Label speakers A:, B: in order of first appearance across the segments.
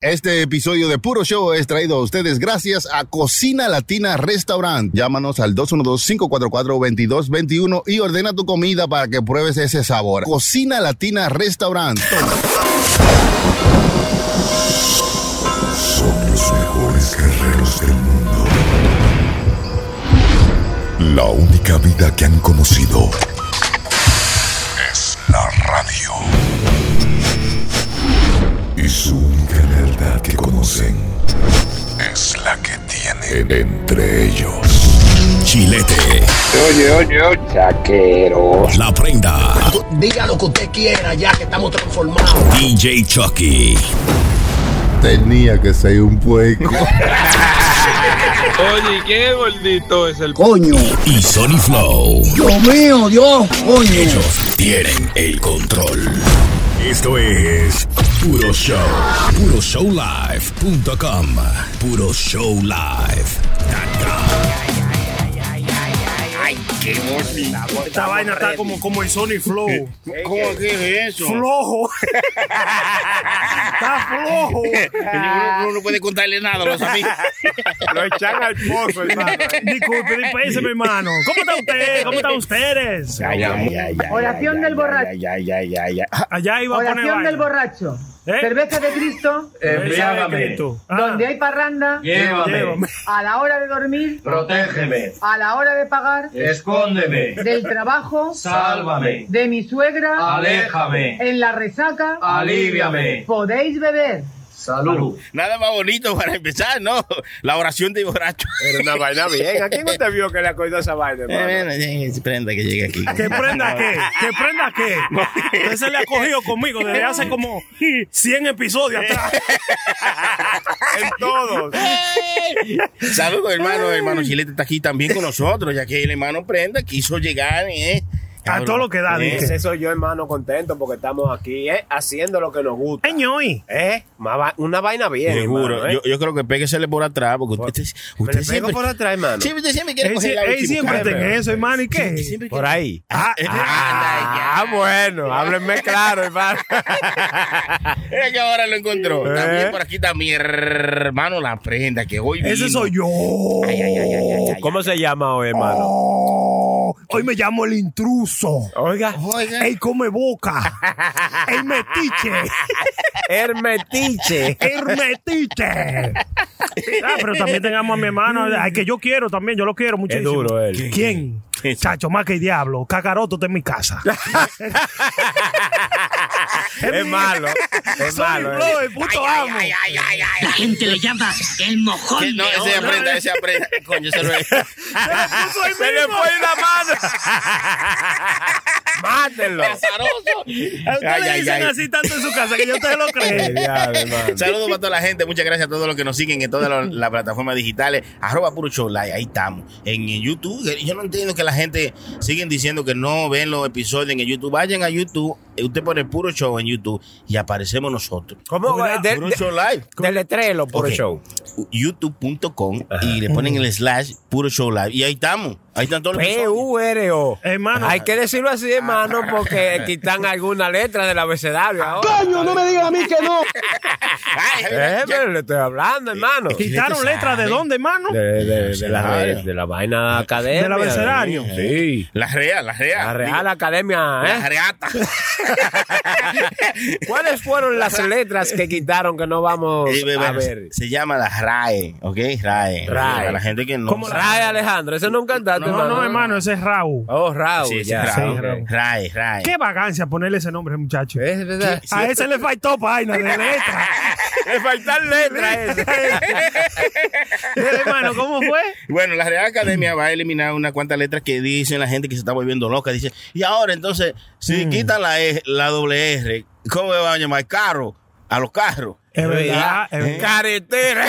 A: Este episodio de Puro Show es traído a ustedes gracias a Cocina Latina Restaurant. Llámanos al 212-544-2221 y ordena tu comida para que pruebes ese sabor. Cocina Latina Restaurant.
B: Son los mejores guerreros del mundo. La única vida que han conocido es la radio. Y su única verdad que conocen es la que tienen entre ellos.
C: Chilete,
D: Oye, oye, oye. Chaquero.
C: La Prenda,
E: Diga lo que usted quiera, ya que estamos transformados.
C: DJ Chucky,
A: Tenía que ser un pueco.
F: Oye, qué gordito es el
E: Coño,
C: y Sony Flow.
E: Dios mío, Dios, coño.
C: Ellos tienen el control. Esto es Puro Show. PuroShowLive.com. Puro Show Live.
G: Esta vaina está como, como el Sony Flow.
H: ¿Cómo que es eso?
G: flojo. está flojo.
H: Uno, uno no puede contarle nada a los amigos.
G: Lo echan al pozo, hermano. Disculpe, dispense, mi hermano. ¿Cómo está usted? ¿Cómo están ustedes?
I: Oración del borracho.
G: Allá iba a poner
I: Oración
G: vaina.
I: del borracho.
G: ¿Eh?
I: Cerveza de Cristo,
G: Embriágame. Ah,
I: donde hay parranda,
G: llévame.
I: a la hora de dormir,
J: Protégeme,
I: a la hora de pagar,
J: escóndeme,
I: del trabajo,
J: sálvame,
I: de mi suegra,
J: aléjame,
I: en la resaca,
J: aliviame,
I: podéis beber.
J: salud.
H: Nada más bonito para empezar, ¿no? La oración de borracho.
G: Era una vaina bien. ¿A quién usted vio que le acordó esa vaina,
H: Eh, bueno, eh, prenda que llega aquí.
G: ¿Que prenda qué? ¿Que prenda qué? Usted se le ha cogido conmigo desde hace como 100 episodios atrás. en
H: Eh.
G: todos.
H: Saludos, hermano. Hermano Chilete está aquí también con nosotros, ya que el hermano Prenda quiso llegar, ¿eh?
G: A todo lo que da,
H: Eh,
G: dije.
J: soy yo, hermano, contento porque estamos aquí eh, haciendo lo que nos gusta.
G: Ñoy.
J: Eh, más va- una vaina bien.
H: Seguro.
J: hermano, eh.
H: yo, yo creo que péguesele por atrás, porque usted, usted
J: le pego
H: siempre.
J: por atrás, hermano.
H: Sí, usted siempre quiere
G: Él,
H: coger
G: sie-
H: la
G: él
H: última
G: siempre
H: cara,
G: está en
H: pero-
G: eso, hermano. ¿Y qué?
H: siempre
J: Por ahí.
H: Ah, eh,
J: Ah, bueno, háblenme claro, hermano.
H: Mira que ahora lo encontró.
J: Eh.
H: También por aquí está mi hermano La Prenda, que hoy
G: Ese
H: vino.
G: soy yo.
J: ¿Cómo se llama hoy, hermano?
G: Oh, hoy me llamo el intruso.
J: Oiga,
H: Oiga.
G: El come boca. El metiche.
J: Hermetiche.
G: El metiche. Ah, pero también tengamos a mi hermano, al que yo quiero también, yo lo quiero muchísimo.
J: duro él.
G: ¿Quién? Chacho, más que el diablo. Cacaroto está en mi casa.
J: Es malo. Es malo.
G: Flow,
J: eh.
G: el puto
H: Ay,
G: amo.
H: ay, ay, ay, ay, ay.
E: gente le llama el mojón.
H: Que No, ese aprenda, ese aprenda. Coño, se lo
J: Se le fue una mano. Mátenlo.
G: A usted
H: Ay,
G: le
H: ay,
G: dicen
H: ay.
G: así tanto en su casa que yo ustedes lo creen.
H: Saludos para toda la gente, muchas gracias a todos los que nos siguen en todas las las plataformas digitales. Arroba puro show live, ahí estamos. En el YouTube, que yo no entiendo que la gente siguen diciendo que no ven los episodios en el YouTube. Vayan a YouTube, eh, usted pone puro show en YouTube y aparecemos nosotros.
J: ¿Cómo? De-
H: puro
J: de-
H: show live.
J: Deletrelo por
H: Ok.
J: el show.
H: YouTube.com y le ponen el slash puro show live. Y ahí estamos. Ahí están todos los episodios.
J: P-U-R-O.
G: Hermano.
J: Hay que decirlo así, hermano, porque quitan alguna letra del abecedario ahora.
E: Coño, no me digas a mí que no.
H: Ay,
J: Eh,
H: ya-
J: pero le estoy hablando, hermano.
G: ¿Quitaron letras de dónde, hermano?
J: De, de- de la,
H: Claro.
J: de la vaina academia.
G: Del abecedario.
J: Sí.
H: La real, la real.
J: La Real
H: Digo,
J: Academia,
H: La
J: ¿eh?
H: reata.
J: ¿Cuáles fueron las letras que quitaron que no vamos
H: Eh, bueno,
J: a ver?
H: Se llama la RAE, ¿ok?
J: RAE.
H: RAE. Para la gente que no.
J: ¿Cómo la- Ray Alejandro, ese no es un cantante,
G: No, no, hermano, ese es Raúl.
J: Oh, Raúl, Eh,
H: Sí, sí,
J: ya.
H: RAE,
J: ok.
H: ok. RAE, RAE.
G: Qué vagancia ponerle ese nombre, muchacho.
J: Es verdad.
G: A ese le faltó vaina de letra.
J: Le eh, faltan letras. eh.
G: Mira, hermano, ¿cómo fue?
H: Bueno, la Real Academia va a eliminar unas cuantas letras que dicen la gente que se está volviendo loca. Dice, y ahora entonces, si quitan la, E- la doble R, ¿cómo le van a llamar? Carro. A los carros.
G: Es verdad, es
J: Eh.
G: verdad.
J: Carretera.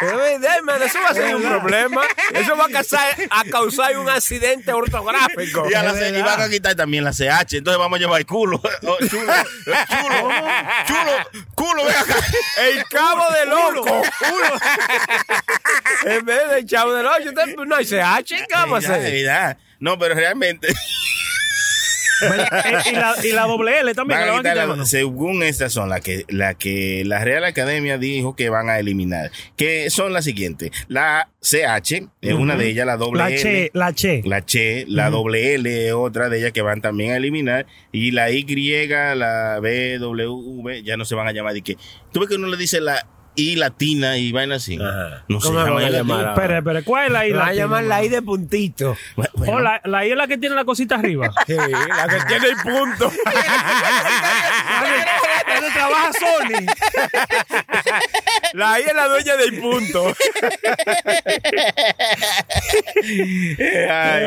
J: Es verdad, hermano, eso va a ser un problema. Eso va a causar, a causar un accidente ortográfico.
H: Y, a la C- y van a quitar también la CH. Entonces vamos a llevar culo. Oh, chulo, chulo, chulo, culo, ven acá.
J: El cabo del loco. en vez del chavo del ocho, usted- no, y se hache, "Ah, ¿cómo
H: Mira,
J: se?
H: mira. No, pero realmente.
G: Eh, Y la, y la doble L también.
H: Van
G: que
H: a
G: la
H: quitar la-
G: mano.
H: según estas son las que, la que la Real Academia dijo que van a eliminar, que son las siguientes. La CH es una
G: Ujú.
H: de ellas, la doble
G: La
H: L.
G: Che, la Che.
H: La Che, la
G: Ujú.
H: doble L es otra de ellas que van también a eliminar. Y la Y, la B, W, ya no se van a llamar. Y que, ¿Tú ves que uno le dice la I latina y vaina así? No se
J: ¿Cómo la
H: llama
J: van a
H: I latina.
J: llamar ahora?
G: Espera, espera, ¿cuál es la I?
J: La van a
G: latina,
J: llamar la
G: mano?
J: I de puntito.
H: Bueno,
G: Oh, la, la I es la que tiene la cosita arriba.
J: Sí, la que tiene el punto.
G: Ah, ¿Dónde trabaja Sony?
J: La I es la dueña del punto.
H: ay,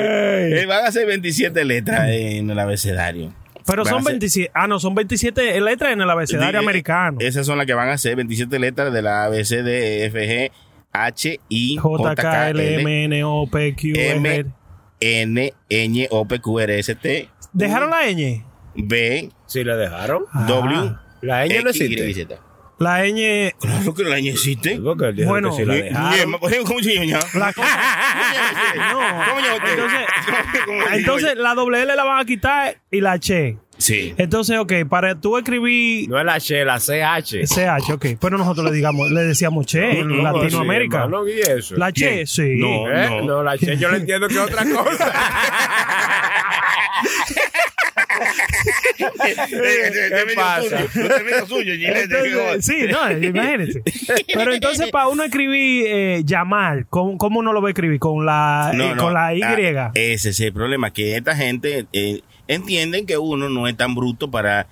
H: eh, van a ser 27 letras en el abecedario.
G: Pero
H: Van a
G: son
H: ser-
G: 27. Ah, no, son 27 letras en el abecedario
H: Di-
G: americano.
H: Eh, Esas son las que van a ser 27 letras de la A, B, C, D, E, F, G, H, I,
G: J,
H: J,
G: K,
H: K,
G: L,
H: L,
G: M, N, O, P, Q, R.
H: M,
G: R.
H: N, Ñ, O, P, Q, R, S, T,
G: ¿Dejaron la ñ?
H: B,
J: Sí, la dejaron.
G: Ah.
H: W,
J: La ñ no
H: X, Y,
J: existe.
H: Z.
G: La ñ.
H: Claro que la ñ existe.
J: Porque dijeron que
G: Bueno,
J: sí la
H: Ñe-
J: dejaron.
H: Ñe- Oye, ¿Cómo se llama?
G: La cosa.
H: ¿Cómo se llama usted?
G: Entonces-
H: ¿Cómo se llama?
G: Entonces, la doble L la van a quitar y la Che.
H: Sí.
G: Entonces, ok, para tú escribir
J: No es la Che, la CH.
G: CH, ok. Pero nosotros le digamos, le decíamos Che en Latinoamérica.
J: No, ¿y eso?
G: La Che,
H: ¿Quién?
G: sí.
H: No.
J: ¿Eh? no. la Che yo le entiendo que es otra cosa.
H: ¿Qué
J: pasa?
G: Entonces, sí, no, imagínense. Pero entonces, para uno escribir eh, llamar, ¿cómo, cómo uno lo va a escribir? Con la, eh, con la Y.
H: ah, ese es el problema, que esta gente eh, entienden que uno no es tan bruto para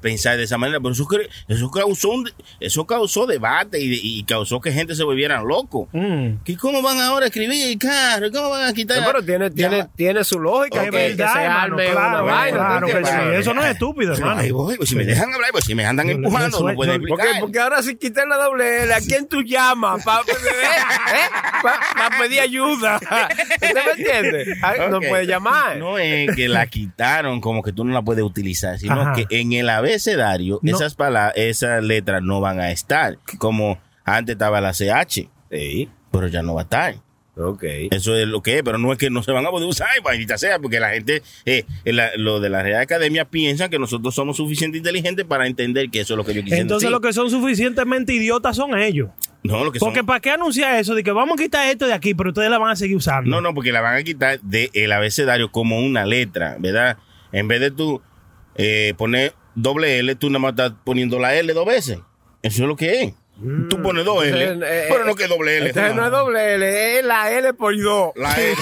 H: pensar de esa manera, pero eso, cre- eso causó un- eso causó debate y, y causó que gente se volviera loco.
G: Mm.
H: ¿Que ¿Cómo van ahora a escribir el carro? ¿Cómo van a quitar?
J: Pero tiene, tiene,
H: Ya-
J: tiene su lógica.
H: Ok.
J: que-
G: Es
J: que
G: verdad,
J: se
G: hermano,
J: arme
G: claro,
J: una vaina,
G: claro
J: ¿tú
G: que sí.
J: entiendes?
G: Eso no es estúpido,
H: Pero
G: hermano.
H: ahí voy, pues, si me dejan hablar, pues si me andan
G: Yo- yo
H: empujando,
G: soy-
H: no pueden
G: yo-
H: explicar.
J: Porque, porque ahora si quitan la doble L, ¿a quién tú llamas? Para eh? pedir ayuda. ¿Usted me entiende? Ay, No
H: Ok.
J: puede llamar.
H: No es que la quitaron como que tú no la puedes utilizar, sino
G: Ajá.
H: que en el abecedario
G: No.
H: esas palabras, esas letras no van a estar. Como antes estaba la CH,
J: Sí,
H: pero ya no va a estar.
J: ok.
H: Eso es lo que es, pero no es que no se van a poder usar, maldita sea, porque la gente, eh, la- lo de la Real Academia piensa que nosotros somos suficiente inteligentes para entender que eso es lo que yo quisiera
G: Entonces,
H: decir.
G: los que son suficientemente idiotas son ellos.
H: No, lo que son-
G: Porque, ¿para qué anunciar eso? De que vamos a quitar esto de aquí, pero ustedes la van a seguir usando.
H: No, no, porque la van a quitar del abecedario como una letra, ¿verdad? En vez de tú eh, poner doble L, tú nada más estás poniendo la L dos veces. Eso es lo que es.
G: Mm.
H: tú pones dos L,
J: Entonces, eh,
H: pero no que doble L.
J: Entonces no es doble L, es la L por dos.
H: La L.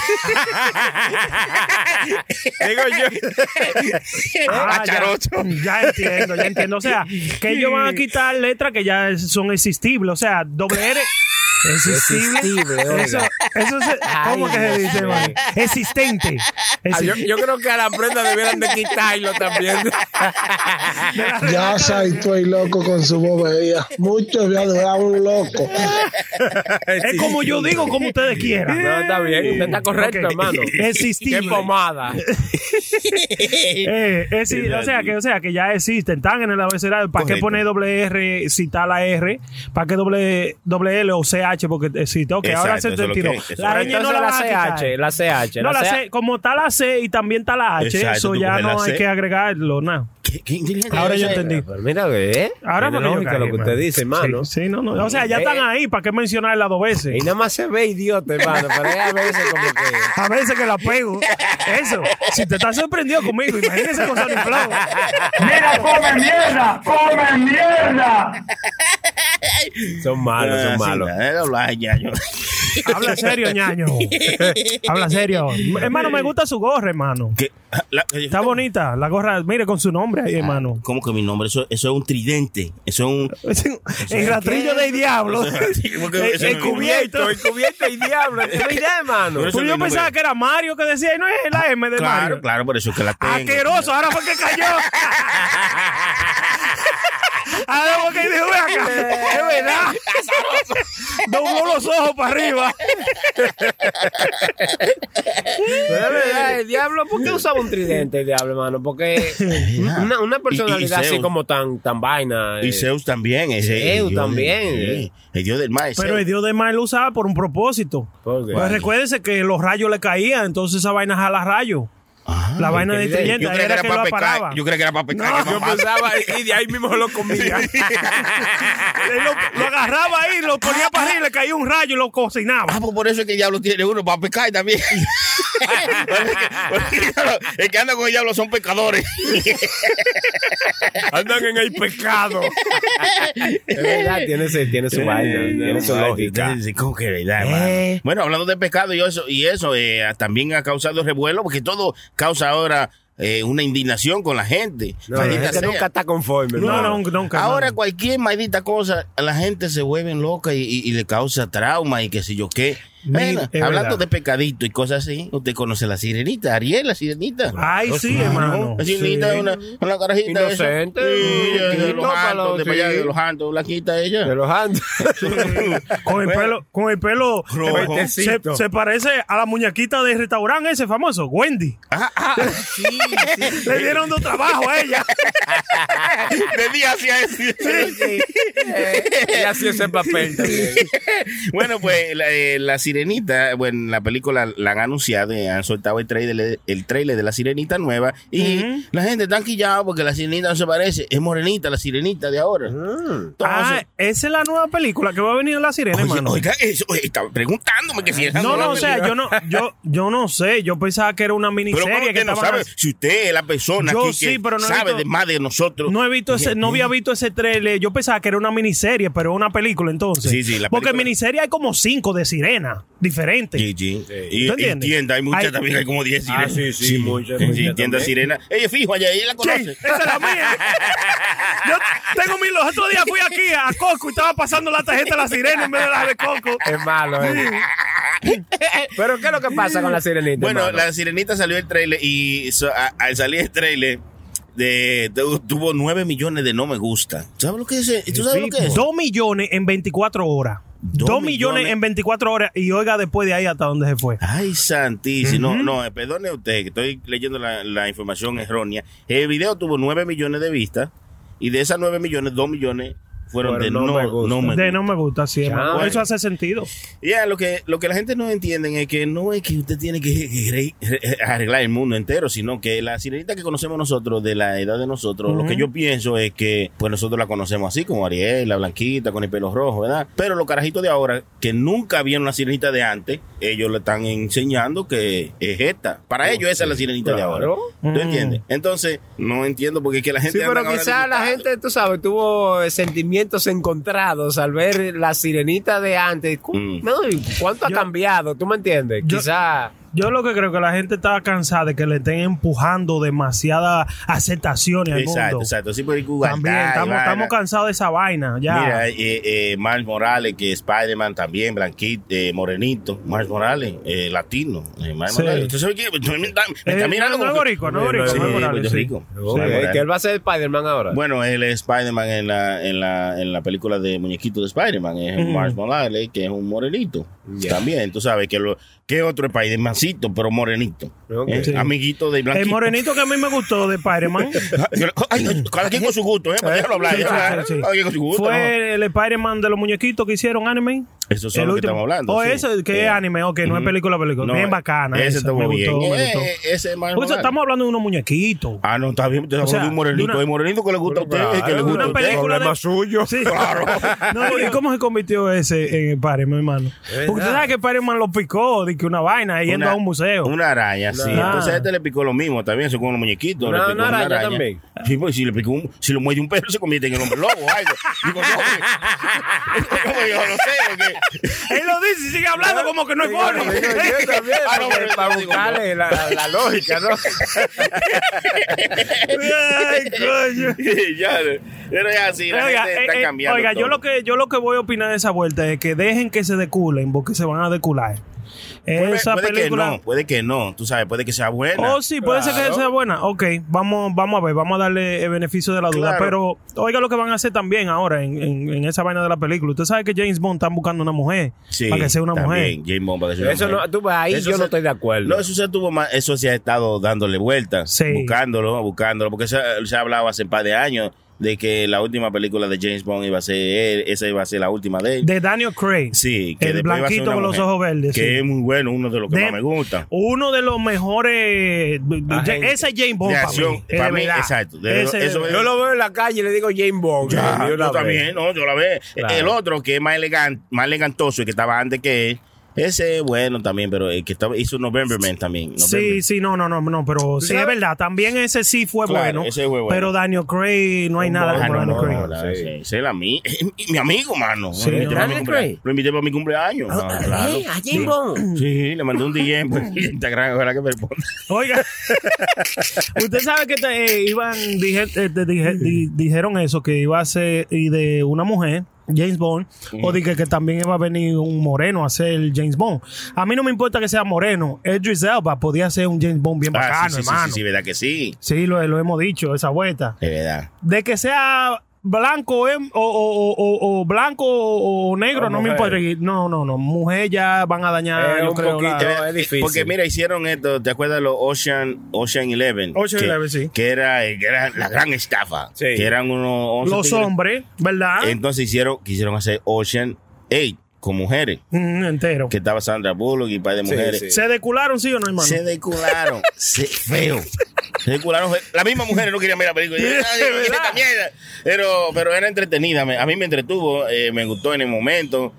J: Digo yo.
G: Ah, ya,
H: Acharocho.
G: ya entiendo, ya entiendo. O sea, que ellos van a quitar letras que ya es- son existibles. O sea, doble R. Existible.
J: Existible, oiga.
G: eso, eso se- ¿Cómo
J: Ay,
G: que se
J: Dios
G: dice,
J: mío.
G: hermano? Existente.
J: Ah, yo,
G: Exi-
J: yo creo que a la prenda debieran de quitarlo también.
K: Ya sabes, estoy loco con su bobería. Muchos me han dejado un loco.
G: es como yo digo, como ustedes quieran.
J: No, está bien, usted está correcto,
G: Ok.
J: hermano.
G: Existible.
J: Qué pomada.
G: Eh, es- sí, o, sea, que, o sea, que ya existen, están en el abecedario. ¿Para qué
H: Correcto.
G: poner doble R si está la R? ¿Para qué doble, doble L o CH? Porque existe. Ok, ahora
H: Exacto,
G: se
H: eso es lo que
G: entendió.
H: es, eso
G: La
H: es.
G: ñ no la,
J: Entonces la
G: van a quitar.
J: CH, la CH.
G: No, la
J: CH.
G: C, como está la C y también está la H,
H: Exacto,
G: eso
H: tú
G: ya
H: coges la
G: no hay
H: C.
G: que agregarlo, nada.
H: ¿Qué- qué inteligente
G: Ahora
H: es
G: yo
H: esa?
G: entendí.
J: Pero mira, ¿eh?
G: Ahora porque
J: Tiene
G: yo
J: lógica
G: caí,
J: lo que usted
G: hermano.
J: dice, hermano.
G: Sí, sí, no, no. O sea, ya están
J: Eh,
G: ahí, ¿para qué mencionarla dos
J: Y
G: veces?
J: nada más se ve idiota, hermano. Pero es a veces como que.
G: A veces que la pego. Eso. Si te estás sorprendido conmigo, imagínese con Sony Flow.
E: ¡Mira, come mierda! ¡Come mierda!
J: Son malos,
H: Ah,
J: son
H: sí,
J: malos.
H: nada, era hablar, ya, yo.
G: Habla serio, ñaño. Habla serio. Hermano, me gusta su gorra, hermano.
H: ¿Qué? La-
G: Está bonita. La gorra, mire, con su nombre ahí, hermano.
J: Ah.
H: ¿Cómo que mi nombre? Eso, eso es un tridente. Eso es un.
G: El rastrillo del diablo.
H: Porque eso no es-
J: Encubierto, encubierto y diablo. ¿Qué mira, hermano?
H: Pero eso
G: Pues
H: no
G: yo
H: es mi
G: pensaba
H: nombre.
G: que era Mario que decía, y no es la M de
H: Claro,
G: Mario.
H: claro, por eso es que la tengo.
G: Asqueroso, ahora fue Ah, que cayó. ahora fue que dijo, "Ve acá, es verdad. Dobló los ojos para arriba.
J: Pero es verdad, el diablo, ¿por qué usaba un tridente el diablo, hermano? Porque una, una personalidad
H: Y- y
J: así
H: Zeus.
J: como tan, tan vaina. eh.
H: Y Zeus también. Ese,
J: Zeus
H: el dios
J: también,
H: del-
J: eh.
H: el dios del mar. es
G: Pero
H: Zeus.
G: el dios de Mar lo usaba por un propósito.
J: ¿Por qué?
G: Pues recuérdense que los rayos le caían, entonces esa vaina jala rayos. la vaina de trillenta.
H: Ah, Yo creo que era para pecar. Yo creo que era para pecar. que
J: Ah, yo
H: mamá-
J: pensaba, y de ahí mismo lo comía.
G: Él lo, lo agarraba ahí, lo ponía para arriba, y le caía un rayo y lo cocinaba.
H: Ah, pues por eso es que el diablo tiene uno, para pecar también. Porque el diablo- el que anda con el diablo son pecadores.
J: Andan en el pecado. Es verdad, tiene, su- tiene su vaina, tiene su lógica.
H: ¿Cómo que verdad,
J: Eh,
G: Eh,
H: hermano? Bueno, hablando de pescado y eso, y eso eh, también ha causado revuelo, porque todo causa ahora eh, una indignación con la gente.
J: No, la
H: Maldita
J: gente
H: sea.
J: nunca está conforme.
G: No,
J: hermano.
G: no, nunca.
H: Ahora
G: no.
H: cualquier maldita cosa, la gente se vuelve loca y, y- y le causa trauma y qué sé yo qué.
G: Mira,
H: Bueno,
G: es
H: hablando
G: verdad.
H: de pecadito y cosas así, usted conoce la sirenita, Ariel, la sirenita.
G: Ay,
H: No,
G: sí,
H: no,
G: hermano.
H: La sirenita
G: Sí.
H: es una, una carajita. esa.
J: Inocente,
H: Sí, ella es de los
J: poquito,
H: Andes,
J: pero
H: de para allá,
J: sí.
H: de los Andes, blanquita
J: De
H: ella.
J: los Andes.
G: Con el pelo, con el pelo eh,
H: Rojo.
G: se, se parece a la muñequita del restaurante ese famoso, Wendy.
H: Ah, ah, sí, sí.
G: Le dieron dos trabajos a ella.
H: De día hacia
J: y así ese papel también.
H: Bueno, pues la, eh, la sirenita, bueno, la película la han anunciado, eh, han soltado el trailer, el trailer de la sirenita nueva y
G: Ujú.
H: la gente está quillada porque la sirenita no se parece, es morenita la sirenita de ahora.
G: Ah,
H: Entonces,
G: esa es la nueva película que va a venir la sirena,
H: oye,
G: hermano.
H: oiga, eso, oye, estaba preguntándome que si era
G: No,
H: nueva
G: no, o sea,
H: película.
G: yo no, yo, yo no sé. Yo pensaba que era una
H: Pero ¿cómo
G: miniserie que
H: usted no
G: estaban
H: sabe si usted es la persona
G: Yo
H: aquí
G: sí,
H: que
G: pero no he
H: sabe
G: visto-
H: de más de nosotros.
G: No he visto ese, no había visto ese trailer. Yo pensaba que era una miniserie, pero es una película entonces.
H: Sí, sí, la
G: Porque en
H: película.
G: miniserie hay como cinco de sirena diferentes.
H: Sí, sí. Y,
G: ¿Tú
H: y
G: entiendes?
H: tienda, hay muchas
G: Hay-
H: también, hay como 10
J: Ah,
H: sirenas.
J: sí, sí, muchas,
H: Sí,
J: muchas
H: tienda
J: también.
H: sirena. Ella es fijo allá, ella la
G: ¿Eh? Sí,
H: conoce.
G: esa es la mía. Yo tengo mi. Los otros días fui aquí a Coco y estaba pasando la tarjeta de la sirena en vez de la de Coco.
J: Es malo. ¿eh? Pero ¿qué es lo que pasa con la sirenita?
H: Bueno,
J: hermano?
H: la sirenita salió el trailer y so- a- al salir el trailer de, tu- tuvo 9 millones de no me gusta. ¿Sabes lo que es? ¿Tú sabes lo que es?
G: Dos millones en 24 horas.
H: Dos
G: Dos, millones,
H: millones.
G: en 24 horas. Y oiga, después de ahí hasta donde se fue.
H: Ay, santísimo. No, no, eh, perdone usted, que estoy leyendo la, la información errónea. El video tuvo 9 millones de vistas y de esas 9 millones, 2 millones fueron
J: Fueron
H: de
J: no
H: no,
J: me gusta.
H: no me
G: De
H: gusta.
G: no me gusta, sí, hermano.
J: Chale.
G: Eso hace sentido.
H: Ya, lo, que, lo que la gente no entiende es que no es que usted tiene que, que re- arreglar el mundo entero, sino que la sirenita que conocemos nosotros, de la edad de nosotros, lo que yo pienso es que, pues nosotros la conocemos así, como Ariel, la blanquita, con el pelo rojo, ¿verdad? Pero los carajitos de ahora, que nunca vieron la sirenita de antes, ellos le están enseñando que es esta. Para ellos esa es la sirenita
J: claro.
H: de ahora. ¿Tú
G: Mm.
H: entiendes? Entonces, no entiendo porque que la gente...
J: Sí, pero
H: andan ahora
J: quizás la
H: disgustada.
J: gente, tú sabes, tuvo eh, sentimientos encontrados al ver la sirenita de antes. Cu-
H: Mm.
J: no, y ¿Cuánto
G: Yo-
J: ha cambiado? ¿Tú me entiendes?
G: Yo-
J: Quizás.
G: Yo lo que creo que la gente está cansada de que le estén empujando demasiada aceptación al
H: "Ah, Exacto,
G: mundo.
H: exacto. Sí, por igualdad
G: También
H: y
G: estamos,
H: vaina.
G: estamos cansados de esa vaina. Ya.
H: Mira, eh, eh, Miles Morales, que Spider-Man también, Blanquito, eh, Morenito, Miles Morales, eh, latino. eh, Miles
G: Sí.
H: Morales. ¿Tú sabes qué? Me está, me está
G: Eh,
H: mirando.
G: no, no es
H: como-
G: boricua, no es
H: Sí,
G: boricua,
H: sí,
G: Miles Morales,
H: Puerto
G: sí.
H: Rico. Miles
J: Ok,
H: Morales.
J: que él va a ser Spider-Man ahora.
H: Bueno, él es Spider-Man en la, en, la, en la película de Muñequito de Spider-Man. Es
G: Ujú.
H: Miles Morales, que es un morenito. También, tú sabes que lo, que otro Spider-Mancito, pero morenito.
J: Ok.
H: Eh,
G: Sí.
H: Amiguito de Blanquito.
G: el morenito que a mí me gustó de Spider-Man
H: Ay, ay, cada quien con su gusto, ¿eh? Para déjalo hablar,
G: Sí, sí,
H: déjalo hablar.
G: sí.
H: Cada quien con su gusto. ¿no?
G: fue el Spider-Man de los muñequitos que hicieron anime.
H: Eso es lo que estamos hablando.
G: O
H: sí.
G: eso, que es
H: Eh,
G: anime, ok, no es
H: ujú.
G: película, película.
H: No,
G: bien bacana.
H: Ese
G: esa,
H: estuvo
G: me
H: bien.
G: gustó, me
H: Eh,
G: gustó.
H: eh, ese es más
G: Por eso
H: normal.
G: estamos hablando de unos muñequitos.
H: Ah, no, está bien. Te estamos
G: sea,
H: hablando de un morenito.
G: de una-
H: Hay morenito que le gusta a usted.
J: Claro,
H: el Ah, que le gusta a
G: Ah, una
H: usted.
G: película
J: Problema
G: de-
J: suyo.
G: Sí. No, ¿Y cómo se convirtió ese en el Spider-Man, hermano?
J: verdad.
G: Porque usted sabe que Spider-Man lo picó de que una vaina yendo
H: Una-
G: a un museo.
H: Una araña, sí.
G: Una-
H: Entonces a este le picó lo mismo también, se con los muñequitos.
J: Una-
H: le picó
J: una araña también.
H: Sí, pues si le picó un- si lo muerde un perro se convierte en el hombre lobo o algo. Digo, no, porque- como yo no sé, porque
G: Él lo dice y sigue hablando como que no es
J: Yo-
G: funny.
J: yo- yo también,
H: Ah, no,
J: porque
H: pero yo
J: para
H: digo,
J: buscarle la, la- la lógica, ¿no?
G: Ay, coño.
H: ya, pero es así, la
G: Oiga,
H: gente está
G: eh, eh,
H: cambiando.
G: oiga, yo
H: todo.
G: lo que yo lo que voy a opinar de esa vuelta es que dejen que se deculen porque se van a decular.
H: puede,
G: Esa
H: puede
G: película.
H: que no, puede que no, tú sabes, puede que sea buena.
G: Oh, sí, puede ser que
J: Claro.
G: sea buena. Ok, vamos, vamos a ver, vamos a darle el beneficio de la duda.
H: Claro.
G: Pero oiga lo que van a hacer también ahora en, en- en esa vaina de la película. Usted sabe que James Bond está buscando una mujer
H: Sí,
G: para que sea una
H: también,
G: mujer.
H: James Bond para que sea una
J: Eso
H: mujer.
J: no, tú ves, ahí
H: Eso
J: yo
H: se-
J: no estoy de acuerdo.
H: No, eso se tuvo más, eso se ha estado dándole vueltas,
G: Sí.
H: buscándolo, buscándolo, porque se, ha- se ha hablado hace un par de años de que la última película de James Bond iba a ser él, esa iba a ser la última de él.
G: De Daniel Craig.
H: Sí, que
G: El
H: después iba a ser
G: blanquito
H: una
G: con los
H: mujer,
G: ojos verdes.
H: Que
G: sí.
H: es muy bueno, uno de los que
G: De-
H: más me gusta.
G: Uno de los mejores.
H: Agente.
G: Ese es James Bond.
H: De
G: para
H: acción,
G: mí, es
H: para
G: de
H: mí,
G: verdad.
H: exacto. De-
G: Ese-
H: eso es-
J: Yo lo veo en la calle y le digo James Bond.
H: Ya,
J: de una
H: yo
J: vez.
H: también, no, yo la veo.
J: Claro.
H: El otro que es más elegante, más elegantoso y que estaba antes que él, ese es bueno también, pero el que estaba, hizo November Man también.
G: Sí,
H: November.
G: sí, no, no, no, no, pero sí, es
H: sabes?
G: verdad. También ese sí fue,
H: Claro,
G: bueno,
H: ese fue bueno.
G: Pero Daniel Craig, no hay nada
H: Ah,
G: como
H: no,
G: Daniel
H: no,
G: Craig.
H: no, la- ese- ese era mi, mi amigo, mano.
G: Sí,
H: lo, invité
G: ¿no?
H: para mi
G: Daniel
H: cumplea-
G: Craig.
H: lo invité para mi cumpleaños. Ah, No, claro.
J: Eh, a
H: Sí.
J: James Bond.
H: Sí, le mandé un DM por Instagram, ojalá que me responda.
G: Oiga, usted sabe que te, eh, iban, dije- eh, te dije- di- dijeron eso, que iba a ser y de una mujer. James Bond, o dije que también iba a venir un moreno a ser James Bond. A mí no me importa que sea moreno, Idris Elba podía ser un James Bond bien
H: Ah,
G: bacano,
H: sí, sí,
G: hermano.
H: sí, sí,
G: Sí,
H: verdad que sí.
G: lo, lo hemos dicho, esa vuelta.
H: De verdad.
G: De que sea blanco em, o, o- o- o- o blanco o, o negro,
J: O
G: no me importa.
J: mujer.
G: No, no, no, mujer ya van a dañar,
J: Eh,
G: yo
J: un
G: creo, la-
J: poquito. No, es
H: Eh,
J: difícil.
H: Porque mira, hicieron esto, ¿te acuerdas de los Ocean, Ocean Eleven?
G: Ocean
H: que,
G: Eleven, sí.
H: Que era, que era la gran estafa.
J: Sí.
H: Que eran unos 11
G: los
H: tigres.
G: hombres, ¿ah? ¿verdad?
H: Entonces hicieron, quisieron hacer Ocean 8 con mujeres.
G: Mm, entero.
H: Que estaba Sandra Bullock y un par de mujeres.
J: sí.
G: ¿Se decularon, sí o no, hermano?
H: Se decularon. se, feo. Se decularon. feo. La misma mujer no quería ver la película. Yo, "Ay, esta mierda". Pero, pero era entretenida. me- A mí me entretuvo. eh, me gustó en el momento.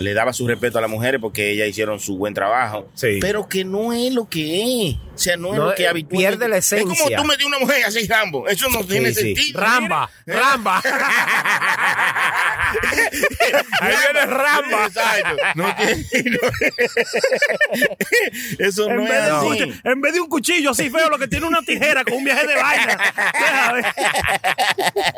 H: Le daba su respeto a las mujeres porque ellas hicieron su buen trabajo.
J: Sí.
H: Pero que no es lo que es. O sea, no es
J: No,
H: lo que
J: eh,
H: habitualmente-
J: pierde la
H: Es como
J: esencia.
H: tú metes una mujer y haces Rambo. Eso no tiene
J: Sí, sí.
H: sentido.
J: Ramba, ramba. Ahí viene Ramba.
H: Exacto. No tiene- no- Eso
G: en,
H: no es
G: vez de un
H: así.
G: cuchillo, en vez de un cuchillo así feo, lo que tiene una tijera con un viaje de vaina. Déjame.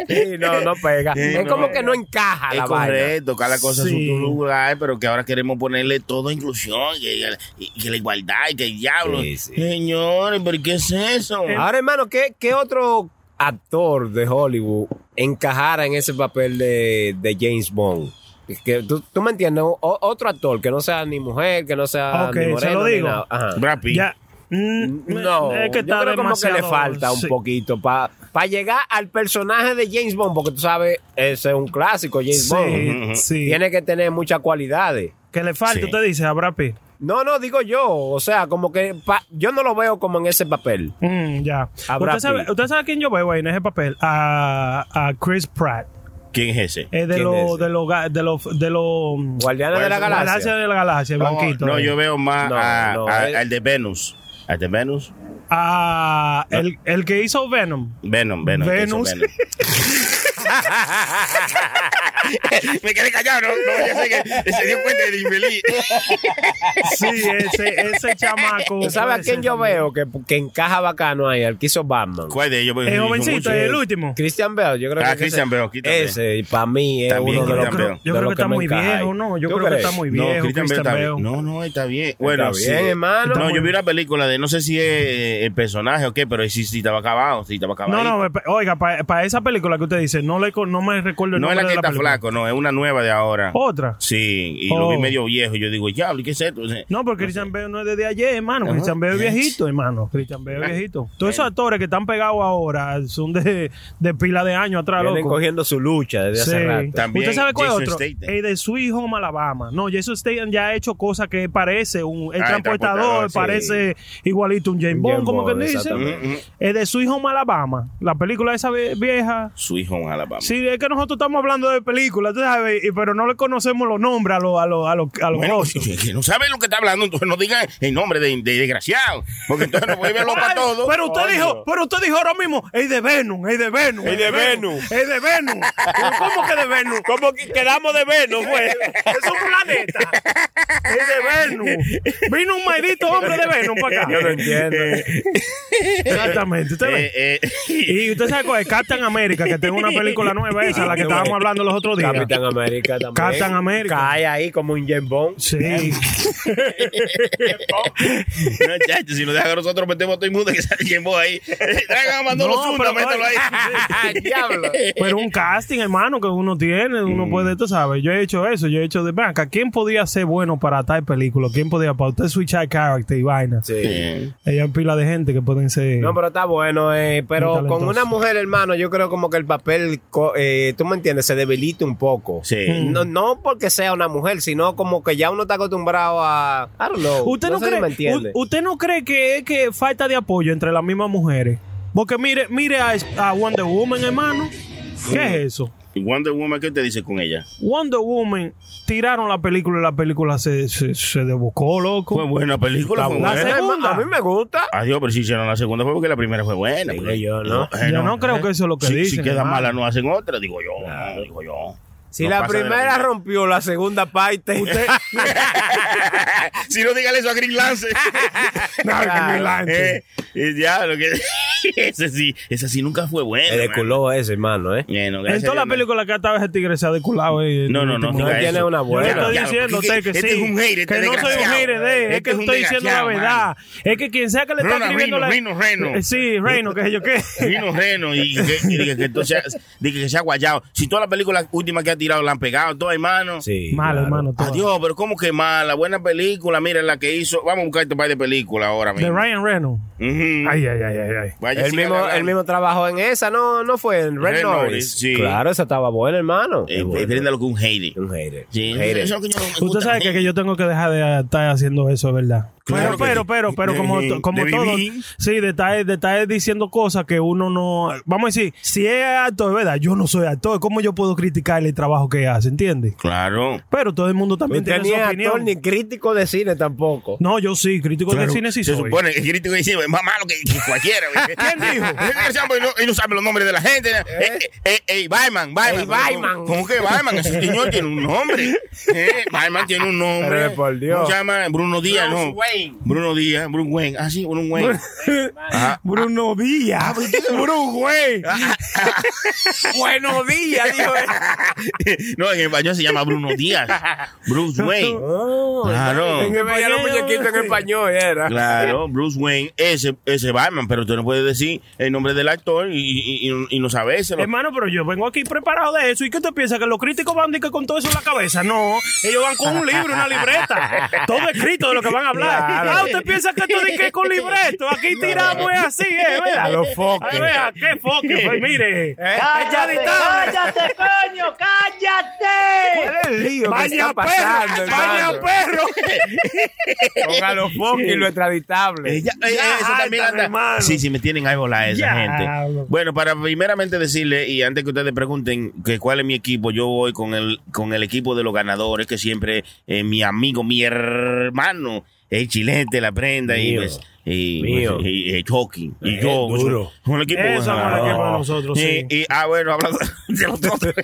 J: Sí, no, no pega.
H: Sí,
J: es
H: no.
J: como que no encaja
H: Es
J: la vaina.
H: correcto, cada cosa
G: Sí.
H: es su lugar, pero que ahora queremos ponerle todo inclusión, que, que- que la igualdad, y que el diablo.
J: Sí, sí.
H: Señores, ¿pero qué es eso?
G: Eh,
J: Ahora, hermano, ¿qué, qué otro actor de Hollywood encajara en ese papel de, de James Bond? Es Que, ¿tú, tú me entiendes? O- otro actor que no sea ni mujer, que no sea
G: Ok,
J: ni
G: se
J: moreno,
G: lo
J: ni
G: digo.
J: nada. Ajá.
H: Brad Pitt.
G: Ya. Mm,
J: No,
G: es que
J: yo
G: está
J: creo como que le
G: demasiado-
J: falta un
G: sí.
J: poquito para llegar al personaje de James Bond, porque tú sabes, ese es un clásico, James
G: Sí,
J: Bond.
G: sí.
J: Tiene que tener muchas cualidades.
G: Que le falta,
H: Sí.
G: usted dice, a Brad Pitt.
J: No, no, digo yo, o sea, como que pa- yo no lo veo como en ese papel.
G: Mm, ya.
J: A Brad
G: ¿Usted sabe,
J: Pitt.
G: ¿Usted sabe quién yo veo ahí en ese papel? A, a Chris Pratt.
H: ¿Quién es ese?
G: Es de
J: ¿Quién es
G: los
J: ese?
G: de los ga- de los de los
J: Guardianes de la
G: Galaxia
J: Galaxia.
G: de la Galaxia, el blanquito.
H: no, eh.
G: ahí.
H: yo veo más
J: No,
H: a-
J: no,
H: a-
J: él-
H: al de Venus. ¿Al de Venus?
G: Ah, el, el que hizo Venom.
H: Venom, Venom. que hizo
G: Venus.
H: Venom. Me quedé callado, ¿no? No, ya sé que se dio cuenta de infeliz.
G: Sí, ese, ese chamaco.
J: ¿Tú sabes a
G: puede
J: quién
G: ser
J: yo
G: también.
J: veo que, que encaja bacano ahí? Al que hizo Batman.
H: ¿Cuál de ellos? Porque
G: El
H: hizo
G: jovencito,
H: mucho.
G: el último.
J: Christian Bale, yo creo
H: Ah,
J: que
H: Christian
J: ese-
H: Bale, quítate.
J: ese, para mí es
H: También
J: uno de los
H: Christian Bale.
G: Yo
J: de
G: creo
J: los
G: que está
J: me
G: muy
J: encaja ahí.
G: viejo, ¿no? Yo
J: ¿Tú
G: creo que está
J: crees?
G: muy viejo.
H: Christian Bale
G: Christian
H: está
G: Bale.
H: bien. No, no, está bien. Bueno,
J: bien,
H: sí.
J: hermano.
H: No,
J: Muy
H: yo vi una película de no sé si es el personaje o qué, pero sí, sí estaba acabado, sí estaba acabado.
G: No, no, me- oiga, para esa película que usted dice, no, le, co- no me recuerdo el
H: no es
G: nombre
H: la que
G: de la
H: está
G: película.
H: flaco, no, es una nueva de ahora.
G: Otra.
H: Sí, y
G: Oh.
H: lo vi medio viejo. Yo digo, ya, ¿qué es esto?
G: No, porque Christian Bale no es desde ayer, hermano. Christian Bale es viejito, hermano. Christian Bale es viejito. Todos esos actores que están pegados ahora son de, de pila de años atrás,
J: Vienen
G: loco.
J: cogiendo su lucha desde
G: Sí.
J: hace rato.
H: También
G: ¿Usted sabe cuál es
H: Jason
G: otro?
H: Statham.
G: El de su hijo Alabama. No, Jason Statham ya ha hecho cosas que parece un el
H: Ah, el
G: transportador,
H: transportador, sí.
G: parece igualito a un James
J: Un
G: Bond,
J: James
G: como
J: Bond,
G: que dice.
J: exactamente.
G: El de su hijo Alabama. La película esa ve- vieja.
H: Su hijo en Alabama.
G: Sí, es que nosotros estamos hablando de películas, tú sabes, y- pero no le conocemos los nombres a los a los a los a los
H: Bueno,
G: grosos.
H: si- si no sabe lo que está hablando, entonces no digan el nombre de, de desgraciado. Porque entonces no voy a verlo para
G: Ay,
H: todos.
G: Pero usted
H: Coño.
G: dijo, pero usted dijo ahora mismo, es de Venus, es de Venus.
J: Es de Venus.
G: Es de Venus. Pero, ¿Cómo que de Venus?
J: ¿Cómo que quedamos de Venus, fue?
H: pues.
G: Es un planeta. Es de Venus. Vino un maldito hombre de Venus para acá.
J: Yo no entiendo.
G: Exactamente. Usted ve.
H: Eh, eh,
G: Y usted sabe cuál es Captain America, que tengo una película nueva esa, la que estábamos hablando los otros días.
J: Capitán América también.
G: Capitán América.
J: Cae ahí como un James Bond.
G: Sí.
H: no, chacho, si nos deja que nosotros metemos a todo el mundo que sale Jimbo ahí. Traigan a Manolo
G: No,
H: Zunda,
G: pero-
H: mételo ahí. Ah,
J: Diablo.
G: Pero un casting, hermano, que
J: Mm.
G: uno tiene, uno puede, tú sabes. Yo he hecho eso, yo he hecho de banca. ¿Quién podía ser bueno para tal película? quién podía, para usted switchar character y vaina.
J: Sí.
G: Hay una pila de gente que pueden ser.
J: No, pero está bueno, eh, pero
G: Muy
J: con
G: talentoso.
J: una mujer, hermano, yo creo como que el papel, co- eh, tú me entiendes, se debilita un poco.
G: Mm.
J: No, no porque sea una mujer, sino como que ya uno está acostumbrado a... I don't know.
G: ¿Usted no,
J: sé si
G: cree,
J: me entiende.
G: u- ¿Usted no cree que es que falta de apoyo entre las mismas mujeres? Porque mire, mire a, a Wonder Woman, hermano. ¿Qué es eso?
H: ¿Y Wonder Woman qué te dice con ella?
G: Wonder Woman tiraron la película y la película se, se, se desbocó, loco.
H: Fue buena película,
G: La,
H: fue
G: la
H: buena.
G: segunda.
J: A mí me gusta.
H: Adiós, pero si hicieron la segunda fue porque la primera fue buena.
J: Digo
H: porque-
J: yo, ¿no?
H: Eh,
G: Yo no creo que eso es lo que
H: si,
G: dicen,
H: Si queda
G: hermano.
H: mala, no hacen otra, digo yo. Digo yo.
J: Si
H: No
J: la
H: pasa de
J: primera rompió la segunda parte...
G: Usted-
H: si no, dígale eso a Green Lance.
G: No, que
J: Claro.
G: me lance.
H: Eh, eh, ya, lo que. ese sí, esa sí nunca fue buena.
J: Se
H: man.
J: desculó ese, hermano, ¿eh?
H: Bueno,
G: en todas las
H: gracias a Dios, man.
G: películas que estaba ese tigre se ha desculado. eh,
H: No, no,
G: este
H: no,
G: mujer.
J: no
H: diga
J: tiene
H: eso.
J: una buena.
G: Yo no estoy
H: Ya,
G: diciendo a
H: porque
G: usted que
H: este
G: sí.
H: es un hater, este
G: que no soy un
H: desgraciado.
G: hater de él, Es
H: Este
G: que
H: es un
G: estoy diciendo la
H: desgraciado,
G: verdad. Es que quien sea que le está
H: Reno,
G: escribiendo la.
H: Reno, Reno, Reno.
G: Eh, Sí, Reino, que sé yo qué.
H: Vino Reno y que, y que, que entonces dije que se ha guayado. Si todas las películas últimas que ha tirado la han pegado, todas hermano.
J: Sí.
G: Mal,
J: claro.
G: hermano. todo.
H: Adiós, pero ¿cómo que mala? Buena película, mira la que hizo. Vamos a buscar este par de películas ahora
G: De
H: mismo.
G: Ryan Reynolds.
H: Ujú.
G: Ay, ay, ay, ay, ay.
H: Vaya,
J: El
H: siga
J: mismo,
H: hablando.
J: el mismo trabajo en esa, ¿no? ¿No fue en Red,
H: Red
J: Notice.
H: Notice, sí.
J: Claro, esa estaba buena, hermano.
H: Eh,
J: Es buena.
H: prenda lo que un hater.
J: Un hater.
H: Sí,
J: Un hater.
H: eso es lo que yo no me gusta.
G: Usted sabe que, que yo tengo que dejar de estar haciendo eso, es ¿verdad?
H: Claro
G: pero,
H: que
G: pero, pero,
H: sí.
G: pero, como,
H: De-
G: como
H: de
G: todo.
H: vivir.
G: Sí, de estar, de estar diciendo cosas que uno no. Vamos a decir, si es actor, es verdad, yo no soy actor. ¿Cómo yo puedo criticar el trabajo que hace? ¿Entiendes?
H: Claro.
G: Pero todo el mundo también
J: Usted
G: tiene
J: ni
G: su
J: es
G: opinión.
J: actor ni crítico de cine tampoco.
G: No, yo sí, crítico
H: Claro,
G: de cine sí
H: se
G: soy.
H: supone que el crítico dice es más malo que, que cualquiera.
G: ¿Quién dijo?
H: Y pues, no, y no sabe los nombres de la gente. Eh, eh, eh, Bayman, Bayman.
J: Ey, Bayman.
H: ¿Cómo, cómo que Bayman? Ese señor tiene un nombre. Eh, Bayman tiene un nombre.
J: Pero por Dios.
H: ¿Cómo se llama? Bruno Díaz,
J: Bruce
H: ¿no?
J: Wayne.
H: Bruno Díaz, Bruno Wayne. Ah, sí, Bruno Wayne. Ajá. Ah, pues,
G: Bruno Díaz. Bruno, güey.
J: Buenos días, dijo él.
H: no, en español se llama Bruno Díaz. Bruce Wayne. Claro.
J: En español, era un muñequito en español era.
H: Claro, Bruce Wayne, ese, ese Batman, pero tú no puedes decir el nombre del actor y, y, y, y no sabérselo.
G: Hermano, pero yo vengo aquí preparado de eso. ¿Y qué te piensas? ¿Que los críticos van de que con todo eso en la cabeza? No, ellos van con un libro, una libreta. Todo escrito de lo que van a hablar.
J: Claro.
G: Ah, ¿usted piensa que esto de que es con libreto? Aquí tiramos es así, ¿eh? ¿verdad?
J: A los foques.
G: Ay,
J: Eh.
G: vea, qué foque. Pues mire. Ya
I: ¡Cállate, cállate, coño! ¡Cállate!
J: el lío que está pasando, hermano?
G: perro!
J: Con a los foques y lo extraditable.
H: Eh, ya, eh,
G: Ya,
H: eso también
G: ay,
H: anda-
G: hermano.
H: Sí, sí, me tienen ahí volada esa
G: Ya,
H: gente.
G: bro.
H: Bueno, para primeramente decirle, y antes que ustedes pregunten que cuál es mi equipo, yo voy con el, con el equipo de los ganadores, que siempre eh, mi amigo, mi hermano, el chilete, la prenda
J: Mío.
H: y, pues, y,
J: Mío.
H: pues, y- y el Chucky, y
J: Eh,
H: yo.
J: duro.
H: Con el equipo
G: Eso es
H: ganador.
G: el equipo de nosotros,
H: Y-
G: sí.
H: y, ah, bueno, hablando de los otros,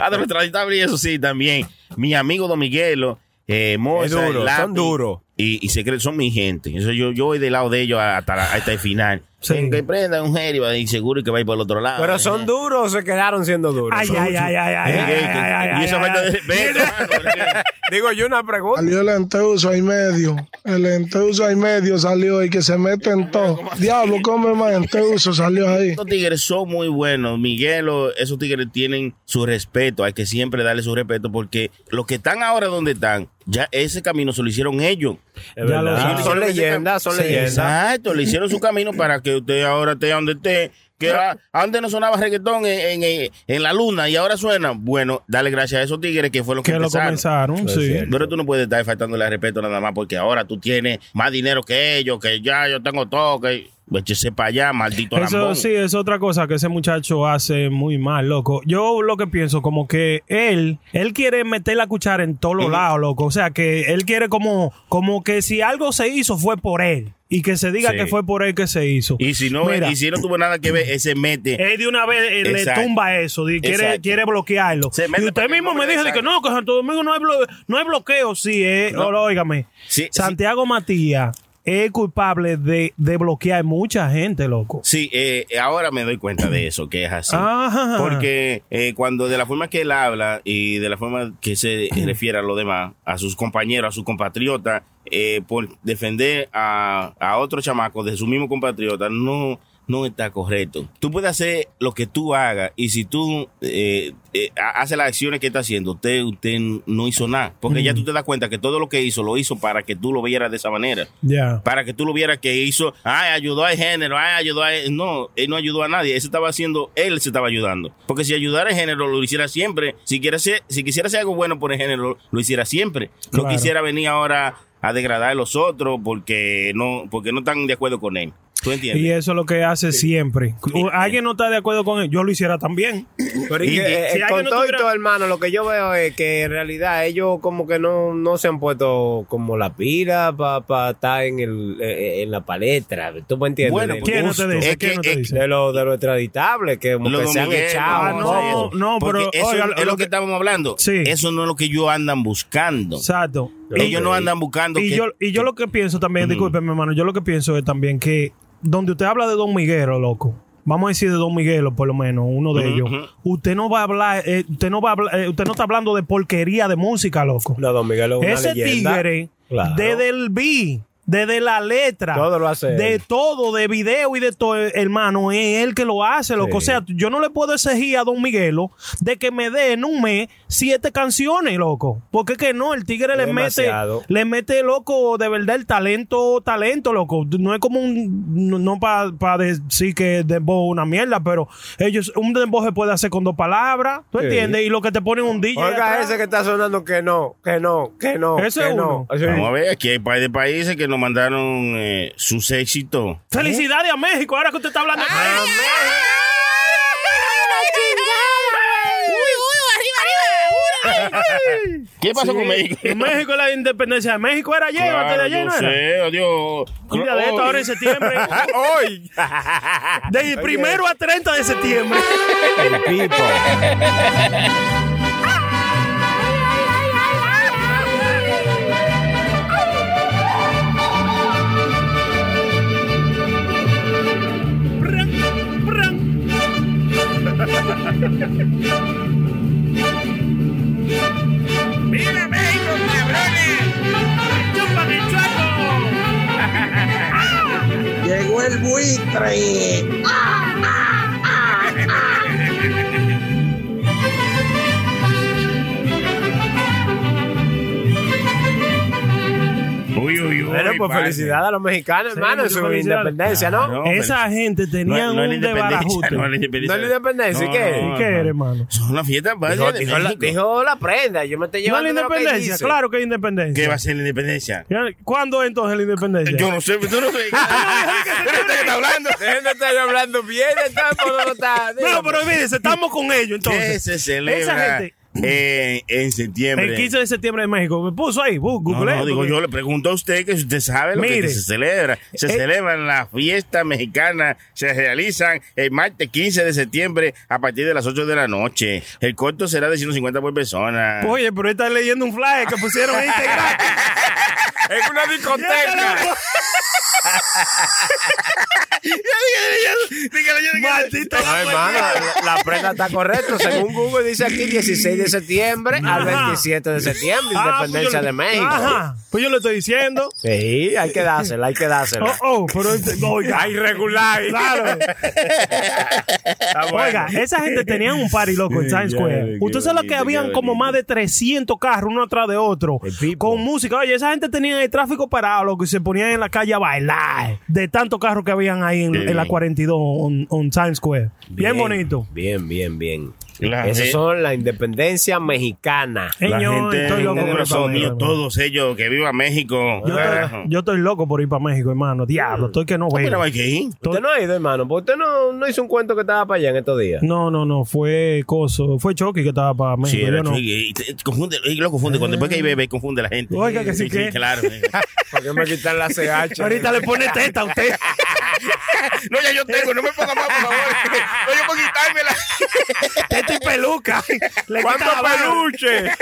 H: ah, de los traditables, y eso sí, también. Mi amigo Don Miguelo, eh, Mozart,
J: duro,
H: Lápiz,
J: son duros.
H: y, y se creen- son mi gente. Eso yo, yo voy del lado de ellos hasta, la- hasta el final.
G: Sí.
H: En que prenda un genio y seguro que va a ir por el otro lado.
J: Pero son duros o se quedaron siendo duros.
G: Ay, ay, ay, ay, ay,
H: Eh, que-
G: ay,
H: que-
G: ay, ay,
H: y esa
G: ay,
H: falta de
G: ay.
H: respeto, hermano.
J: Digo yo una pregunta.
K: Salió el enteuso ahí medio. El enteuso ahí medio salió y que se mete en todo. Diablo, come más enteuso salió ahí.
H: Estos tigres son muy buenos. Miguelo, esos tigres tienen su respeto. Hay que siempre darle su respeto porque los que están ahora donde están, ya ese camino se lo hicieron ellos.
J: Es
G: Ya lo
J: verdad.
G: saben.
J: son leyendas, son leyendas.
H: Exacto, le hicieron su camino para que usted ahora esté donde esté. Que a- antes no sonaba reggaetón en, en- en la luna y ahora suena. Bueno, dale gracias a esos tigres que fue lo que,
G: Que lo
H: empezaron.
G: comenzaron,
J: Eso es
G: sí.
J: cierto.
H: Pero tú no puedes estar faltándole al respeto nada más porque ahora tú tienes más dinero que ellos, que ya yo tengo todo, que pues, échese para allá, maldito
G: Eso
H: lambón.
G: sí, es otra cosa que ese muchacho hace muy mal, loco. Yo lo que pienso, como que él, él quiere meter la cuchara en todos los lados, loco. O sea, que él quiere como, como que si algo se hizo fue por él. Y que se diga
H: Sí.
G: que fue por él que se hizo.
H: Y si no,
G: Mira,
H: y si no tuvo nada que ver, ese mete.
G: él de una vez eh, le
H: Exacto.
G: tumba eso, di- quiere,
H: Exacto.
G: quiere bloquearlo.
H: Se mete
G: Y usted
H: porque
G: mismo
H: no
G: me
H: le
G: dijo de
H: saca.
G: que no, que Santo Domingo no hay, blo- no hay bloqueo. Sí, eh,
H: No.
G: óigame.
H: Sí,
G: Santiago Matías es culpable de, de bloquear mucha gente, loco.
H: Sí, eh, ahora me doy cuenta de eso, que es así.
G: Ajá.
H: Porque eh, cuando de la forma que él habla y de la forma que se refiere a los demás, a sus compañeros, a sus compatriotas, eh, por defender a, a otro chamaco de su mismo compatriota, no, no está correcto. Tú puedes hacer lo que tú hagas y si tú eh, eh, ha- haces las acciones que está haciendo, usted, usted no hizo nada. Porque ya tú te das cuenta que todo lo que hizo lo hizo para que tú lo vieras de esa manera.
G: Ya.
H: Para que tú lo vieras que hizo, ay, ayudó al género, ay, ayudó a... No, él no ayudó a nadie. Él se estaba haciendo, él se estaba ayudando. Porque si ayudara al género, lo hiciera siempre. Si, quiere ser- si quisiera hacer algo bueno por el género, lo hiciera siempre. No
G: Claro.
H: quisiera venir ahora a degradar a los otros porque no, porque no están de acuerdo con él. ¿Tú entiendes?
G: Y eso es lo que hace siempre. Alguien no está de acuerdo con él, yo lo hiciera también.
J: Pero es
G: Y-
J: que,
G: y-
J: eh,
G: si alguien
J: con
G: no
J: todo
G: tuviera-
J: y todo, hermano, lo que yo veo es que en realidad ellos como que no, no se han puesto como la pila para estar en, el, eh, eh, en la palestra. ¿Tú me entiendes?
H: Bueno,
G: pues,
J: Del
H: ¿quién no te
J: gusto.
H: dice?
J: Es
H: ¿Quién
J: que-
H: no te
J: es
H: dice?
J: De los de lo extraditables que, como
H: Lo
J: que
H: de
J: se han
H: Miguel,
J: echado.
G: Ah,
H: ah, no,
J: ¿no?
H: eso. Porque eso
G: oiga,
H: es lo que, estábamos hablando. Eso no es lo que ellos andan buscando.
G: Exacto.
H: Ellos no andan buscando
G: Y
H: que-
G: yo, y yo lo que pienso también,
J: Mm.
G: discúlpeme, hermano, yo lo que pienso es también que donde usted habla de Don Miguelo, loco. Vamos a decir de Don Miguelo, por lo menos, uno de
J: Ujú,
G: ellos. Usted no va a hablar, eh, usted no va a hablar, eh, usted no está hablando de porquería de música, loco.
J: No, Don Miguel es una
G: Ese
J: leyenda.
G: tigre,
J: Claro.
G: desde el beat, desde la letra,
J: Todo lo hace
G: de
J: él.
G: todo, de video y de todo, eh, hermano, es él que lo hace, loco.
J: Sí.
G: O sea, yo no le puedo exigir a Don Miguelo de que me dé en un mes siete canciones, loco. Porque es que no, el tigre le mete,
J: Demasiado.
G: le mete, loco, de verdad, el talento, talento, loco. No es como un, no, para decir que dembow es una mierda, pero ellos, un dembow se puede hacer con dos palabras, ¿tú
J: Sí.
G: entiendes? Y lo que te ponen un DJ
J: Oiga,
G: atrás.
J: ese que está sonando que no, que no, que no.
G: Ese
J: que
G: es
J: no.
G: uno.
J: Sí.
H: Vamos a ver, aquí hay un par de países que nos mandaron eh, sus éxitos.
G: Felicidades a México, ahora que usted está hablando. de México.
H: ¿Qué
G: Sí.
H: pasó con México?
G: En México la independencia de México era llévate de
H: Claro,
G: allá,
H: yo
G: ¿no era?
H: sé, adiós.
G: Un día de esto, ahora en septiembre.
J: Hoy.
G: Del primero a 30 de septiembre.
J: El pipo.
E: ¡Viva México, cabrones! ¡Chúpame, chuaco!
L: Llegó el buitre.
H: Uy, uy, uy.
J: Bueno, pues
H: padre.
J: felicidades a los mexicanos,
G: Sí,
J: hermano, en
G: muchas
J: su
G: felicidades.
J: independencia, ¿no?
H: Claro,
G: Esa gente tenía
H: No, no es la
G: un
H: independencia,
G: debarajute.
H: no es la independencia.
J: No es la independencia, ¿y qué?
H: no,
G: ¿Y qué
H: no.
G: eres, hermano?
H: Son las fiestas
J: Dijo,
H: patrias de
J: dijo la,
H: México.
J: dijo la prenda, yo me estoy
G: No es
J: llevando
G: la
J: de lo que
G: independencia,
J: dice.
G: claro que es
H: ¿Qué va
G: independencia.
H: a ser la independencia?
G: ¿Cuándo entonces la independencia?
H: Yo no sé, tú no sé. ¿Qué está hablando?
J: Dejen de estar hablando bien, estamos, no está.
G: No, pero fíjense, estamos con ellos
H: ¿Qué
G: entonces.
H: se
G: Esa
H: celebra
G: gente,
H: eh, en septiembre?
G: el 15 de septiembre de México, me puso ahí, bu-
H: No,
G: googleé,
H: no, digo,
G: porque-
H: yo le pregunto a usted que si usted sabe lo que-
G: Mire.
H: que se celebra. Se
G: Eh.
H: celebran las fiestas mexicanas, se realizan el martes 15 de septiembre a partir de las 8 de la noche. El costo será de 150 por persona.
G: Oye, pero está leyendo un flyer que pusieron ahí integral.
J: Es una discoteca.
G: Maldito. Ah,
J: No, hermano, la, la prenda está correcta. Según Google dice aquí 16 de septiembre al
G: Ajá.
J: 27 de septiembre,
G: Ah, pues
J: independencia
G: yo le-
J: de México.
G: Ajá, pues yo le estoy diciendo.
J: Sí, hay que dársela, hay que dársela.
G: Oh, oh, pero oiga,
J: Ay, regular.
G: claro.
H: Ah,
G: Oiga,
H: eh,
G: esa gente tenía un party loco en Times Square. Usted sabe lo que habían como más de 300 carros uno atrás de otro con música. Oye, esa gente tenía el tráfico parado, loco, y se ponían en la calle a bailar de tantos carros que habían ahí en,
H: Qué
G: en la
H: bien.
G: 42 on, on Times Square. Bien, bonito.
J: Bien, bien, bien.
H: La
J: Esas
H: gen-
J: son la independencia mexicana.
H: la
G: Señor,
H: gente
G: estoy
H: en
G: loco
H: el
G: por ir
H: corazón
G: para
H: mío,
G: México.
H: todos ellos, que viva México.
G: Yo
H: Carajo.
G: estoy, yo estoy loco por ir para México, hermano. Diablo, estoy que no
H: Ah,
G: veo.
H: pero hay que ir.
J: Usted no ha ido, hermano, porque usted no, no hizo un cuento que estaba para allá en estos días.
G: No, no, no, fue Coso, fue Chucky que estaba para México.
H: Sí,
G: yo
H: era
G: no. Eh.
H: chulo, y te- confunde, y lo confunde. Cuando después que hay bebé, confunde a la gente.
G: Oiga, que sí que-
H: Claro. eh.
J: ¿Para qué me quitan la CH?
G: Ahorita le pone teta a usted.
H: no, ya yo tengo, no me ponga más, por favor. No, yo puedo quitármela.
G: teta y peluca. Le
J: ¿Cuánto
G: quita la barba.
J: peluche?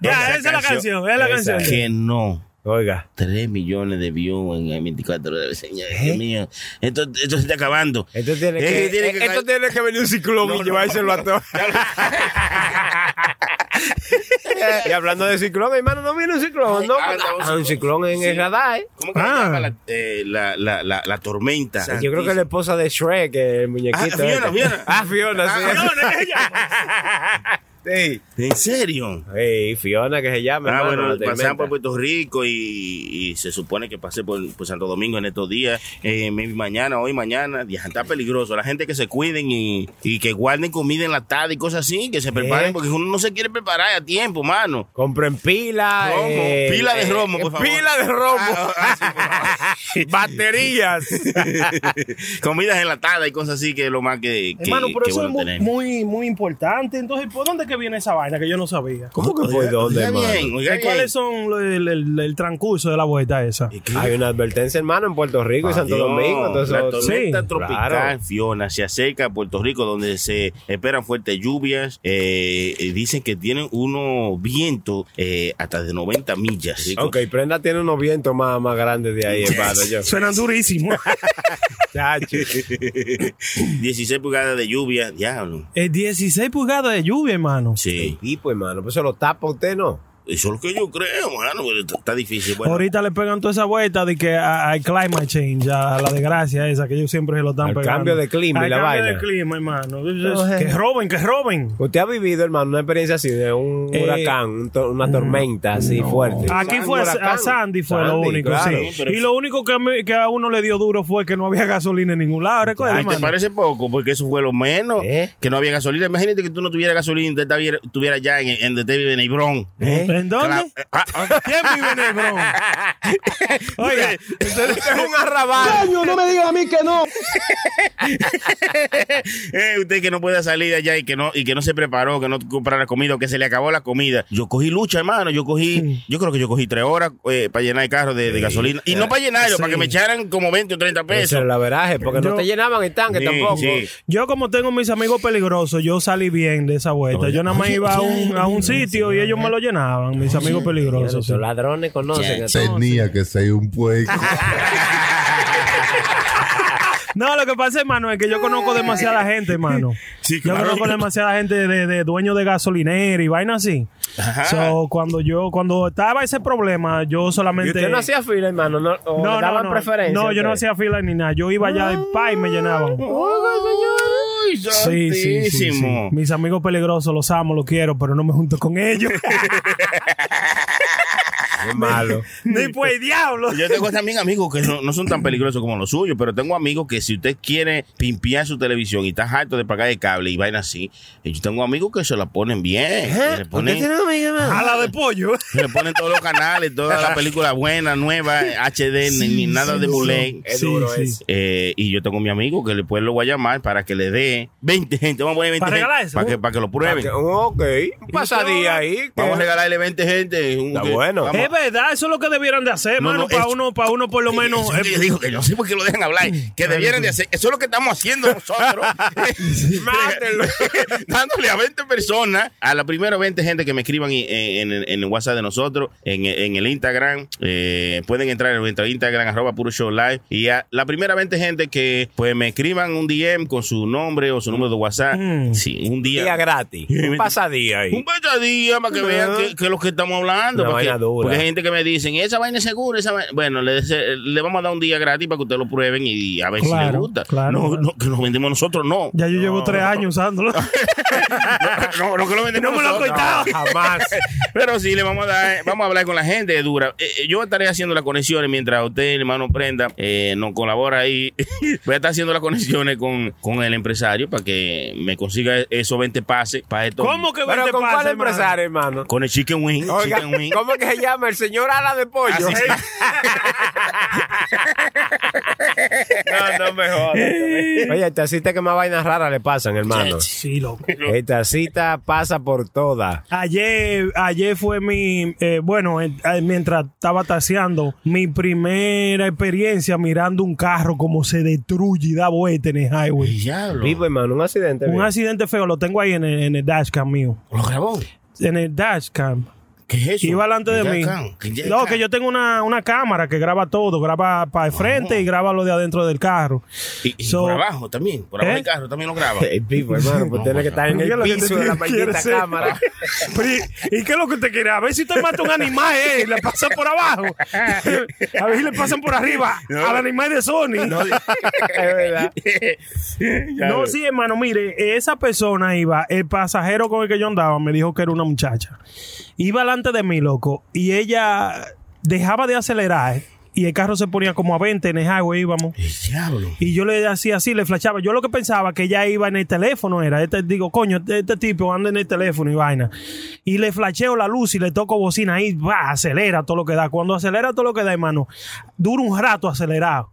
G: Ya, esa es la canción, es la canción.
H: Que no.
J: Oiga.
H: 3 millones de views en 24 horas, señor.
J: ¿Eh?
H: Dios mío. Esto, esto se está acabando.
J: Esto tiene que,
H: Eh, tiene que-
J: esto tiene que venir un ciclón y llevárselo a todos. y hablando de ciclón, hermano, no viene un ciclón. No, Ah, un ciclón en el radar. ¿eh?
H: ¿Cómo que se llama la, eh, la, la, la, la tormenta?
J: Yo creo que la esposa de Shrek, el muñequito.
H: Ah, Fiona,
J: este.
H: Fiona.
J: Ah, Fiona, sí. Sí.
H: ¿En serio?
J: Hey, Fiona, que se llama.
H: Ah,
J: hermano,
H: bueno,
J: la tormenta.
H: pasaban por Puerto Rico y, y se supone que pasé por, por Santo Domingo en estos días. Eh, maybe mañana, hoy, mañana. Ya está peligroso. La gente que se cuiden y, y que guarden comida enlatada y cosas así, que se
J: ¿Eh?
H: preparen, porque uno no se quiere preparar a tiempo, mano.
J: Compren pila.
H: Romo,
J: eh,
H: pila de
J: eh,
H: romo, por favor. Ah,
J: Pila de romo. Baterías.
H: Comidas enlatadas y cosas así, que es lo más que. que
G: Hermano, pero
H: que
G: eso
H: bueno
G: es muy,
H: tener.
G: muy, muy importante. Entonces, ¿por dónde que viene esa vaina que yo no sabía?
J: ¿Cómo que por dónde,
G: Oiga
J: hermano?
G: bien, oiga bien. ¿Cuáles son lo- el, el- el transcurso de la vuelta esa?
J: Hay una advertencia, hermano, en Puerto Rico y Santo
H: Dios,
J: Domingo. Entonces,
H: la tormenta
J: Sí,
H: tropical
J: claro.
H: Fiona se acerca a Puerto Rico donde se esperan fuertes lluvias. Eh, eh, dicen que tienen unos vientos eh, hasta de 90 millas. chicos.
J: Ok, Prenda tiene unos vientos más, más grandes de ahí, hermano. yo-
G: Suenan durísimo.
J: Chacho.
H: 16 pulgadas de lluvia, diablo.
G: Es 16 pulgadas Eh, de lluvia, hermano.
H: Sí.
J: Y pues, hermano, pues se lo tapa usted, ¿no?
H: Eso es lo que yo creo, mano, pero está, está difícil. Bueno,
G: Ahorita le pegan toda esa vuelta de que a- al climate change, a la desgracia esa que ellos siempre se lo están
J: Al
G: pegando.
J: cambio de clima y
G: Al
J: la
G: cambio
J: vaina.
G: de clima, hermano.
J: Entonces-
G: Que roben, que roben.
J: ¿Usted ha vivido, hermano, una experiencia así de un
G: Eh,
J: huracán, un to- una tormenta así fuerte?
G: Aquí fue
J: Un huracán.
G: a Sandy fue lo
J: Sandy,
G: único,
J: claro.
G: sí. Y lo único que a, mí- que a uno le dio duro fue que no había gasolina en ningún lado. Recuerda,
H: Ay, ¿Te
G: hermano.
H: parece poco? Porque eso fue lo menos que no había gasolina. Imagínate que tú no tuvieras gasolina y tú estavier- estuvieras ya en, en donde te vive Nebrón.
G: ¿En dónde?
J: Ah,
H: ¿Quién vive en Nebrón?
G: Oiga,
J: entonces es un arrabal.
L: Coño, no me digas a mí que no.
H: Eh, usted que no puede salir de allá y que no y que no se preparó, que no comprara comida, o que se le acabó la comida. Yo cogí lucha, hermano. Yo cogí, yo creo que yo cogí tres horas eh, para llenar el carro de, de gasolina. Y no para llenarlo,
G: Sí.
H: para que me echaran como 20 o 30 pesos.
J: Ese era el averaje, porque no
G: Yo-
J: te llenaban el tanque
H: Sí,
J: tampoco.
H: sí.
G: Yo como tengo mis amigos peligrosos, yo salí bien de esa vuelta. Yo nada más
J: Oye,
G: iba a un,
J: oye,
G: a un sitio y ellos me lo llenaban, mis amigos peligrosos. sí.
J: Los ladrones conocen a todos.
M: Tenía que ser un pueco.
G: No, lo que pasa, hermano, es que yo conozco demasiada gente, hermano. Yo conozco demasiada gente de, de dueños de gasolinera y vaina así. So, cuando yo, cuando estaba ese problema, yo
J: ¿Y
G: solamente...
J: usted no hacía fila, hermano? ¿No, o le daban preferencia?
G: No, yo no
J: usted?
G: hacía fila ni nada. Yo iba allá de pa y me llenaban.
J: Ah,
H: Uy,
G: Sí, sí, sí, sí.
H: santísimo.
G: Mis amigos peligrosos, los amo, los quiero, pero no me junto con ellos.
J: Qué malo.
G: Ni pues el diablo.
H: Yo tengo también amigos que no, no son tan peligrosos como los suyos, pero tengo amigos que si usted quiere pimpear su televisión y está harto de pagar el cable y vaina así, y yo tengo amigos que se la ponen
J: ¿Eh?
H: bien. que le ponen-
G: A la de pollo.
H: Le ponen todos los canales, todas las películas buenas, nuevas, HD, ni- ni nada de Blu-ray.
J: Es duro Sí, sí.
H: Eh, y yo tengo mi amigo que después lo voy a llamar para que le dé 20 gente. Vamos a poner 20
J: ¿Para
H: gente.
J: regalar eso?
H: Para que, para que lo prueben.
J: Ah, que- Ok. Un pasadía ahí.
H: Vamos a regalarle 20 gente. un-
J: Está
H: que-
J: bueno.
H: vamos-
G: Es verdad, eso es lo que debieran de hacer,
H: No,
G: hermano,
H: no,
G: para
H: es-
G: uno, para uno por lo menos. eh,
H: Eso que yo digo que no sé por qué lo dejan hablar. Que debieran de hacer. Eso es lo que estamos haciendo nosotros.
J: Mátenlo.
H: Dándole a 20 personas. A la primera 20 gente que me escriban y- eh, en, en- en el WhatsApp de nosotros, en, en el Instagram. eh, pueden entrar en nuestro Instagram, arroba puro show live. Y a la primera 20 gente que pues me escriban un DM con su nombre o su número de WhatsApp.
G: Mm.
H: Sí, un día.
J: Día gratis. Un pasadía ahí.
H: Un pasadía para que
J: No.
H: vean que, que es lo que estamos hablando.
J: Una
H: porque,
J: vaina dura.
H: porque hay gente que me dicen, esa vaina es segura, esa vaina-". Bueno, le, dese- le vamos a dar un día gratis para que ustedes lo prueben y a ver si les
G: Claro,
H: gusta.
G: claro,
H: no,
G: claro.
H: no, que lo vendemos nosotros, no.
G: Ya yo llevo tres años usándolo.
H: No, no que lo vendemos
G: No me lo han
H: nosotros.
G: cortado.
H: No, jamás. Pero sí, le vamos a dar, eh, vamos a hablar con la gente es dura. Eh, eh, yo estaré haciendo las conexiones mientras usted, hermano Prenda, eh, nos colabora ahí. Voy a estar haciendo las conexiones con, con el empresario para que me consiga esos 20 pases para esto.
G: ¿Cómo que
J: Pero
G: 20
J: ¿con
G: pases,
J: cuál
G: hermano?
J: empresario, hermano?
H: Con el chicken wing.
J: Oiga,
H: chicken wing.
J: ¿cómo que se llama? El señor ala de pollo.
H: Así
J: no, no me jodas. Oye, el tacita que más vainas raras le pasan, hermano.
G: Sí, loco.
J: El tacita pasa por todas.
G: Ayer, ayer fue mi, eh, bueno, eh, eh, mientras estaba taseando, mi primera experiencia mirando un carro como se destruye y da vuelta en el highway.
J: Vivo, hermano, un accidente.
G: Un
J: vivo.
G: accidente feo, lo tengo ahí en el, en el dashcam mío.
H: ¿Lo grabó?
G: En el dashcam.
H: ¿Qué es eso?
G: Iba delante de
H: Ya
G: mí.
H: acá, ya
G: No,
H: acá.
G: que yo tengo una, una cámara que graba todo, graba para el frente y graba lo de adentro del carro.
H: Y, y
G: So-
H: por abajo también, por abajo
G: ¿Eh?
H: del carro también lo graba.
J: El vivo, hermano, pues tiene que estar en
G: ¿Qué es
J: el
G: lo que
J: piso
G: te-
J: de la
G: quiere
J: maldita
G: ser?
J: cámara.
G: Pero, ¿Y y qué es lo que usted quiere? A ver si usted mata un animal, ¿eh? Y le pasa por abajo. A ver si le pasan por arriba
H: No.
G: al animal de Sony. No,
J: Es verdad.
H: veo.
G: sí, hermano, mire, esa persona iba, el pasajero con el que yo andaba me dijo que era una muchacha. Iba delante de mí, loco, y ella dejaba de acelerar y el carro se ponía como a 20 en el highway, íbamos.
H: Diablo.
G: Y yo le hacía así, le flashaba. Yo lo que pensaba que ella iba en el teléfono era, este, digo, coño, este, este tipo anda en el teléfono y vaina. Y le flasheo la luz y le toco bocina ahí, va, acelera todo lo que da. Cuando acelera todo lo que da, hermano, dura un rato acelerado.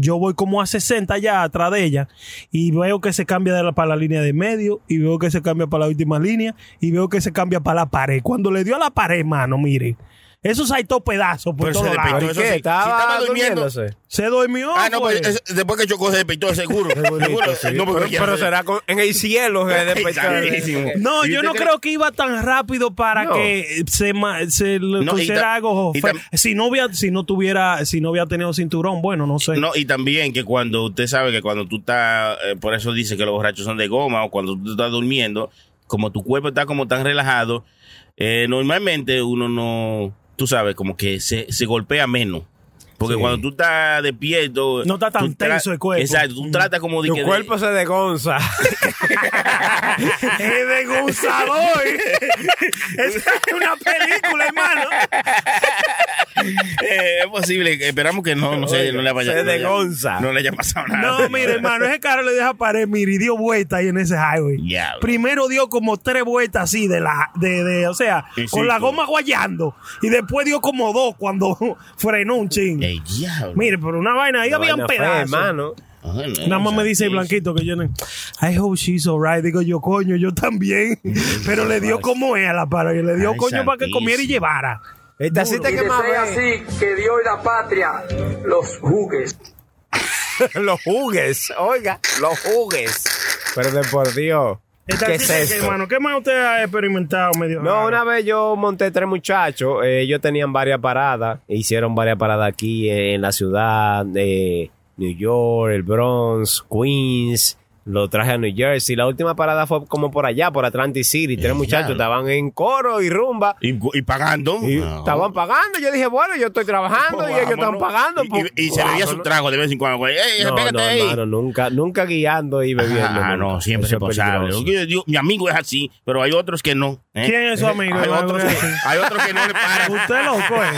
G: Yo voy como a 60 ya atrás de ella y veo que se cambia de la, para la línea de medio y veo que se cambia para la última línea y veo que se cambia para la pared. Cuando le dio a la pared, hermano, mire, eso saltó pedazos por
H: Pero se
G: todos lados.
H: despertó, eso
J: ¿Qué?
H: sí.
J: Estaba,
H: Si estaba durmiendo.
J: durmiéndose.
G: Se durmió.
H: Ah, no,
G: pues.
H: pues eso- después que chocó se despistó seguro. Seguro. No, porque
J: pero,
H: ya
J: pero
H: se-
J: será con- en el cielo se despertó.
H: Exactísimo.
G: No,
H: ¿Y
G: yo
H: usted
G: no
H: cree-
G: creo que iba tan rápido para
J: No.
G: que se, ma- se lo
H: No, y
G: considera
H: ta-
G: algo.
H: y
G: fe-
H: tam-
G: Si no hubiera, si no tuviera, si no hubiera tenido cinturón, bueno, no sé.
H: No, y también que cuando usted sabe que cuando tú estás, eh, por eso dice que los borrachos son de goma, o cuando tú estás durmiendo, como tu cuerpo está como tan relajado, eh, normalmente uno no, tú sabes, como que se, se golpea menos. Porque cuando tú estás despierto...
G: No está tan
H: tú tra-
G: tenso el cuerpo.
H: Exacto, tú
G: Mm.
H: tratas como de
J: Tu
H: que... de-
J: cuerpo se desgonza.
G: es de Gonzalo. Esa es una película, hermano.
H: Eh, es posible, que- esperamos que no, no sé, no le vaya
J: se
H: no le haya-
J: desgonza.
H: No le haya pasado nada.
G: No, mire, hermano, ese carro le deja pared, mire, y dio vuelta ahí en ese highway.
H: Diablo.
G: Primero dio como tres vueltas así de la, de, de o sea,
H: Sí, sí,
G: con la
H: sí.
G: goma guayando. Y después dio como dos cuando frenó un ching.
H: El diablo.
G: Mire, pero una vaina, ahí había un
J: Vaina fea,
G: pedazo.
J: hermano.
H: Ay, no,
G: Nada más me dice el blanquito
H: santísimo.
G: que yo no. I hope she's alright. Digo yo, coño, yo también. Pero le dio como es a la para. Le dio
H: Ay,
G: coño para que
H: santísimo.
G: comiera y llevara.
J: Esta cita
L: Y
J: que
L: que
I: eh.
J: más
L: sea
J: ve.
L: así que Dios y la patria los jugues.
J: los jugues. Oiga, los jugues. Pero de por Dios.
G: Esta
J: ¿Qué es
G: chica que,
J: esto?
G: hermano, ¿qué más usted ha experimentado medio?
J: No,
G: raro?
J: una vez yo monté tres muchachos, eh, ellos tenían varias paradas, e hicieron varias paradas aquí eh, en la ciudad de New York, el Bronx, Queens, lo traje a New Jersey. La última parada fue como por allá, por Atlantic City. Tres
H: Ya.
J: muchachos estaban en coro y rumba.
H: Y, y pagando.
J: Y
H: Ah.
J: estaban pagando. Yo dije, bueno, yo estoy trabajando
H: Pues
J: y ellos están
H: vámonos.
J: pagando.
H: Y-
J: pues,
H: Y, y se bebía su
J: vámonos.
H: trago de vez en cuando. güey. Ey,
J: No,
H: pégate
J: no,
H: ahí.
J: hermano, nunca, nunca guiando y bebiendo.
H: Ah,
J: nunca.
H: no, siempre
J: Eso
H: es responsable.
J: peligroso.
H: Yo digo, mi amigo es así, pero hay otros que no. ¿eh?
G: ¿Quién es su amigo?
H: Hay
G: hermano?
H: otros, que, hay otros que no le paran.
G: Usted loco es.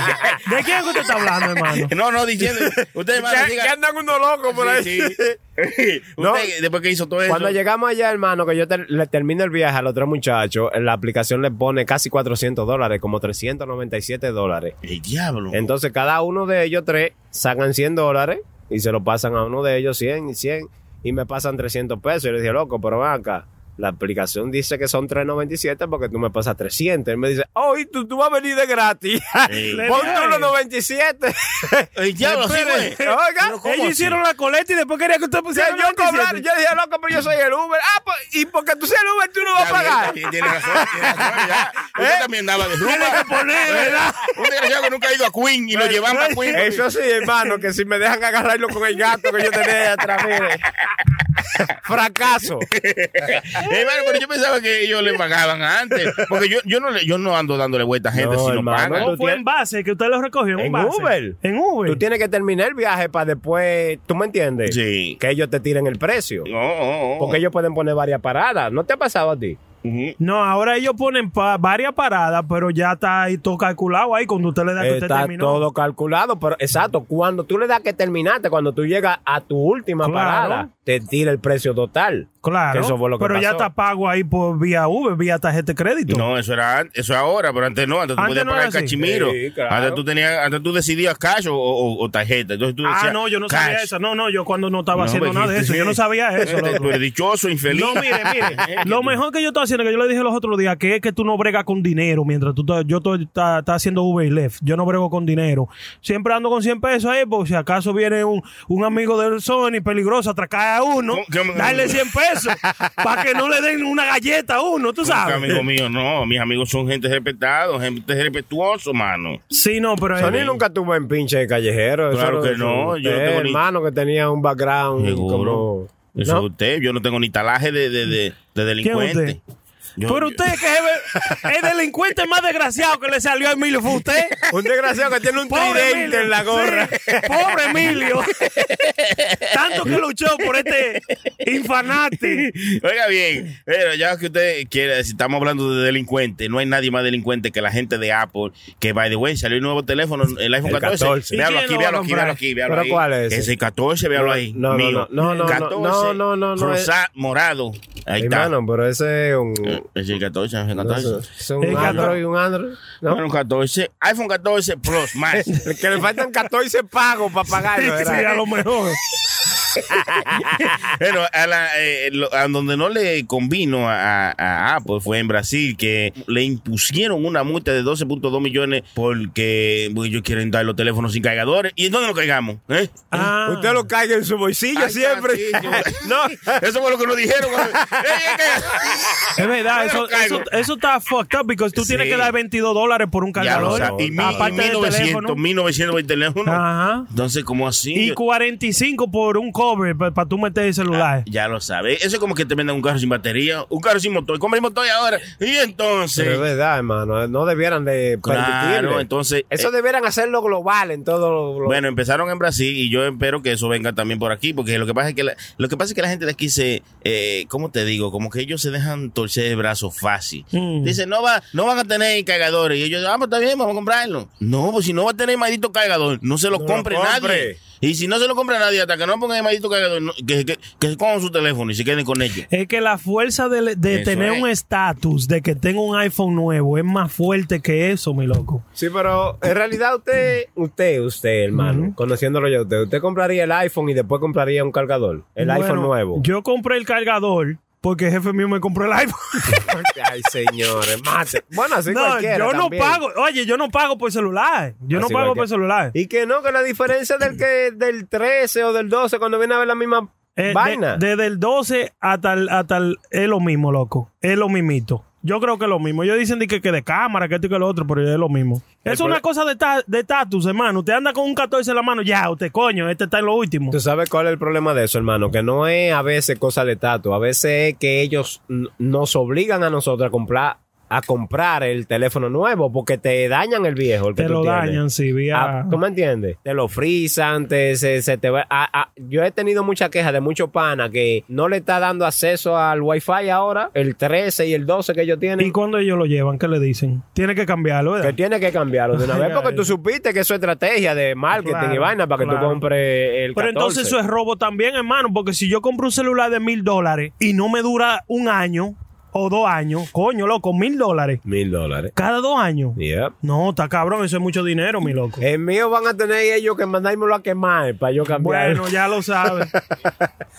G: ¿De quién es que usted está hablando, hermano?
H: No, no, diciendo. Usted, hermano,
J: Que-
H: diga-
J: que andan unos locos por ahí.
H: Sí, sí.
J: No.
H: Usted, después que hizo todo eso.
J: Cuando llegamos allá, hermano, que yo ter- le termino el viaje al otro muchacho, la aplicación le pone casi 400 dólares, como 397 dólares.
H: El diablo.
J: Entonces, cada uno de ellos tres sacan 100 dólares y se lo pasan a uno de ellos 100 y 100 y me pasan 300 pesos. Y le dije, loco, pero ven acá. La aplicación dice que son 3.97 porque tú me pasas 300. Él me dice, oh, y tú, tú vas a venir de gratis.
H: Sí.
J: Ponte los 97.
H: El diablo, sí, güey.
J: Oiga,
H: ¿Pero cómo
G: Ellos
H: así?
G: hicieron la coleta y después quería que usted
J: O sea,
G: pusiera.
J: yo
G: 97.
J: cobrar, yo dije, loco, pero yo soy el Uber. Ah, pues, y porque tú seas el Uber, tú no vas a
H: Está bien,
J: pagar. ¿Eh?
H: está bien, Tiene razón, tiene razón. ya. Usted también daba de rumba.
G: Tiene que poner, ¿verdad?
H: Un desgraciado que nunca ha ido a Queen y lo llevan para Queen.
J: Eso sí, hermano, que si me dejan agarrarlo con el gato que yo tenía ahí atrás, mire. Fracaso.
H: Eh, hermano, pero yo pensaba que ellos le pagaban antes. Porque yo, yo, no, le- yo no ando dándole vuelta a gente
J: No,
H: si no
J: hermano,
H: pagan.
J: tú
G: No, fue en base que usted lo recogió en, un
J: En
G: base.
J: Uber.
G: En Uber.
J: Tú tienes que terminar el viaje para después, ¿tú me entiendes?
H: Sí.
J: Que ellos te tiren el precio.
H: No, no, no.
J: Porque ellos pueden poner varias paradas. ¿No te ha pasado a ti?
H: Ujú.
G: No, ahora ellos ponen pa- varias paradas, pero ya está ahí todo calculado ahí cuando usted le da que usted
J: Está
G: terminó.
J: todo calculado, pero exacto. Cuando tú le das que terminaste, cuando tú llegas a tu última
G: Claro.
J: parada, te tira el precio total.
G: Claro,
J: Que eso fue lo que
G: pero ya
J: pasó.
G: está pago ahí por vía Uber, vía tarjeta de crédito.
H: No, eso era an- eso era ahora, pero antes no, antes tú
G: Antes
H: podías
G: no
H: pagar
G: era así.
H: cachimiro.
J: Sí, claro.
H: Antes tú tenías, antes tú decidías cash o, o- o tarjeta. Entonces tú
G: ah,
H: decías,
G: no, yo no sabía
H: cash.
G: eso. No, no, yo cuando no estaba
H: No,
G: haciendo
H: pero
G: nada de
H: dijiste,
G: eso, yo no sabía eso.
H: Tú
G: loco.
H: eres dichoso, infeliz.
G: No, mire, mire. lo mejor que yo estaba situaciones que yo le dije los otros días, que es que tú no bregas con dinero mientras tú ta- yo estoy ta- está haciendo Uber y Left. Yo no brego con dinero. Siempre ando con 100 pesos ahí, por si acaso viene un, un amigo del Sony peligroso, atracar a uno, darle 100 pesos para que no le den una galleta a uno, tú sabes.
H: Amigo mío, no. Mis amigos son gente respetada, gente respetuoso, mano.
G: Sí, no, pero
J: Sony nunca tuvo en pinche callejero. eso
H: Claro
J: lo
H: que
J: hizo
H: no, yo no
J: usted,
H: tengo ni-
J: hermano que tenía un background
H: Seguro.
J: como-
H: Eso
J: ¿no?
H: es usted. Yo no tengo ni talaje de, de, de, de delincuente. Yo-
G: pero usted que es el- el delincuente más desgraciado que le salió a Emilio fue usted.
J: Un desgraciado que tiene un tridente en la gorra.
G: pobre Emilio. Tanto que luchó por este infanate.
H: Oiga bien, pero ya que usted quiere, si estamos hablando de delincuentes, no hay nadie más delincuente que la gente de Apple, que by the way, salió el nuevo teléfono, el iPhone
J: El
H: 14.
J: 14.
H: Véalo
J: ¿Y
H: aquí,
J: quién
H: véalo
J: lo va
H: aquí,
J: a
H: véalo
J: comprar?
H: aquí, véalo
J: ¿Pero
H: ahí.
J: cuál es ese?
H: Ese 14, véalo ahí.
J: No, no,
H: mío.
J: no, no, no, no,
H: 14,
J: no, no, no, eh. no,
H: rosa- morado. Ahí está. Eh,
J: Hermano, pero ese es un.
H: Es el 14, es el
J: no
H: 14.
J: sé, es un Android, un Android. ¿no?
H: Bueno, un 14. iPhone 14 Plus, más.
J: que le faltan 14 pagos para pagarlo.
H: Sí,
J: ¿verdad?
H: sí, a lo
G: mejor.
H: Pero a, la, eh, lo- a donde no le convino a, a- a Apple fue en Brasil, que le impusieron una multa de 12.2 millones porque pues, ellos quieren dar los teléfonos sin cargadores. ¿Y en dónde lo caigamos? ¿Eh?
G: Ah.
J: Usted lo caiga en su bolsillo siempre.
H: no, eso fue lo que nos dijeron.
G: Es verdad, eso, eso, eso está fucked up porque tú tienes
H: Sí.
G: que dar 22 dólares por un
H: Ya lo
G: cargador.
H: sabes. Y, mil- y
G: aparte del
H: 1900,
G: teléfono.
H: 1900 por el teléfono.
G: Ajá.
H: Entonces, como así?
G: Y 45 por un cover para tú meter el celular.
H: Ya lo sabes. Eso es como que te venden un carro sin batería, un carro sin motor. ¿Cómo el motor ahora? Y entonces.
J: Pero es verdad, hermano. No debieran de
H: Claro,
J: permitirle.
H: entonces.
J: Eso
H: eh,
J: debieran hacerlo global en todo lo-
H: bueno, empezaron en Brasil y yo espero que eso venga también por aquí, porque lo que pasa es que la, lo que pasa es que la gente de aquí se, eh, ¿cómo te digo? Como que ellos se dejan torcer el brazo fácil.
G: Mm.
H: Dicen, no va, no van a tener cargadores. Y ellos, ah, pues está bien, vamos a comprarlo. No, pues si no va a tener maldito cargador, no se lo
J: No lo
H: compre nadie.
J: compre.
H: Y si no se lo compra nadie, hasta que no pongan el maldito cargador, no- que, que, que se cojan su teléfono y se queden con ellos.
G: Es que la fuerza de, de
H: Eso
G: tener
H: es.
G: un estatus, de que tengo un iPhone nuevo, es más fuerte que eso, mi loco.
J: Sí, pero en realidad usted, usted, usted, hermano, conociéndolo yo a usted, usted compraría el iPhone y después compraría un cargador, el
G: Bueno,
J: iPhone nuevo.
G: Yo compré el cargador porque el jefe mío me compró el iPhone.
J: Ay, señores, mate. Bueno, así
G: no,
J: cualquiera
G: yo no
J: también.
G: pago. Oye, yo no pago por celular. Yo no
J: Así
G: pago por
J: cualquiera.
G: celular.
J: Y que no, que la diferencia del que del 13 o del 12 cuando viene a ver la misma
G: Eh, de-
J: vaina.
G: desde el 12 hasta el, hasta el- es lo mismo, loco. Es lo mismito. Yo creo que es lo mismo. Ellos dicen de que, que de cámara, que esto y que lo otro, pero es lo mismo.
J: El
G: es una
J: pro-
G: cosa de ta- de estatus, hermano. Usted anda con un 14 en la mano, ya, usted coño, este está en lo último.
J: ¿Tú sabes cuál es el problema de eso, hermano? Que no es a veces cosa de tato, a veces es que ellos n- nos obligan a nosotros a comprar a comprar el teléfono nuevo porque te dañan el viejo. el que
G: Te
J: tú
G: lo
J: tienes.
G: dañan, sí, vía-
J: Ah, ¿Tú me entiendes? Te lo frisan, te, se, se te va... ah, ah, yo he tenido muchas quejas de muchos panas que no le está dando acceso al wifi ahora, el 13 y el 12 que ellos tienen.
G: ¿Y cuando ellos lo llevan? ¿Qué le dicen? Tiene que cambiarlo, ¿verdad?
J: Que tiene que cambiarlo de una
G: Ay,
J: vez porque
G: ay.
J: tú supiste que eso es estrategia de marketing y
G: Claro,
J: vaina para que
G: claro.
J: tú compres el
G: Pero entonces
J: 14.
G: eso es robo también, hermano, porque si yo compro un celular de mil dólares y no me dura un año o dos años, coño, loco, mil dólares.
J: Mil dólares.
G: Cada dos años.
J: Yep.
G: No, está cabrón, eso es mucho dinero, mi loco.
J: El mío van a tener ellos que mandármelo a quemar para yo cambiar.
G: Bueno, ya lo sabes.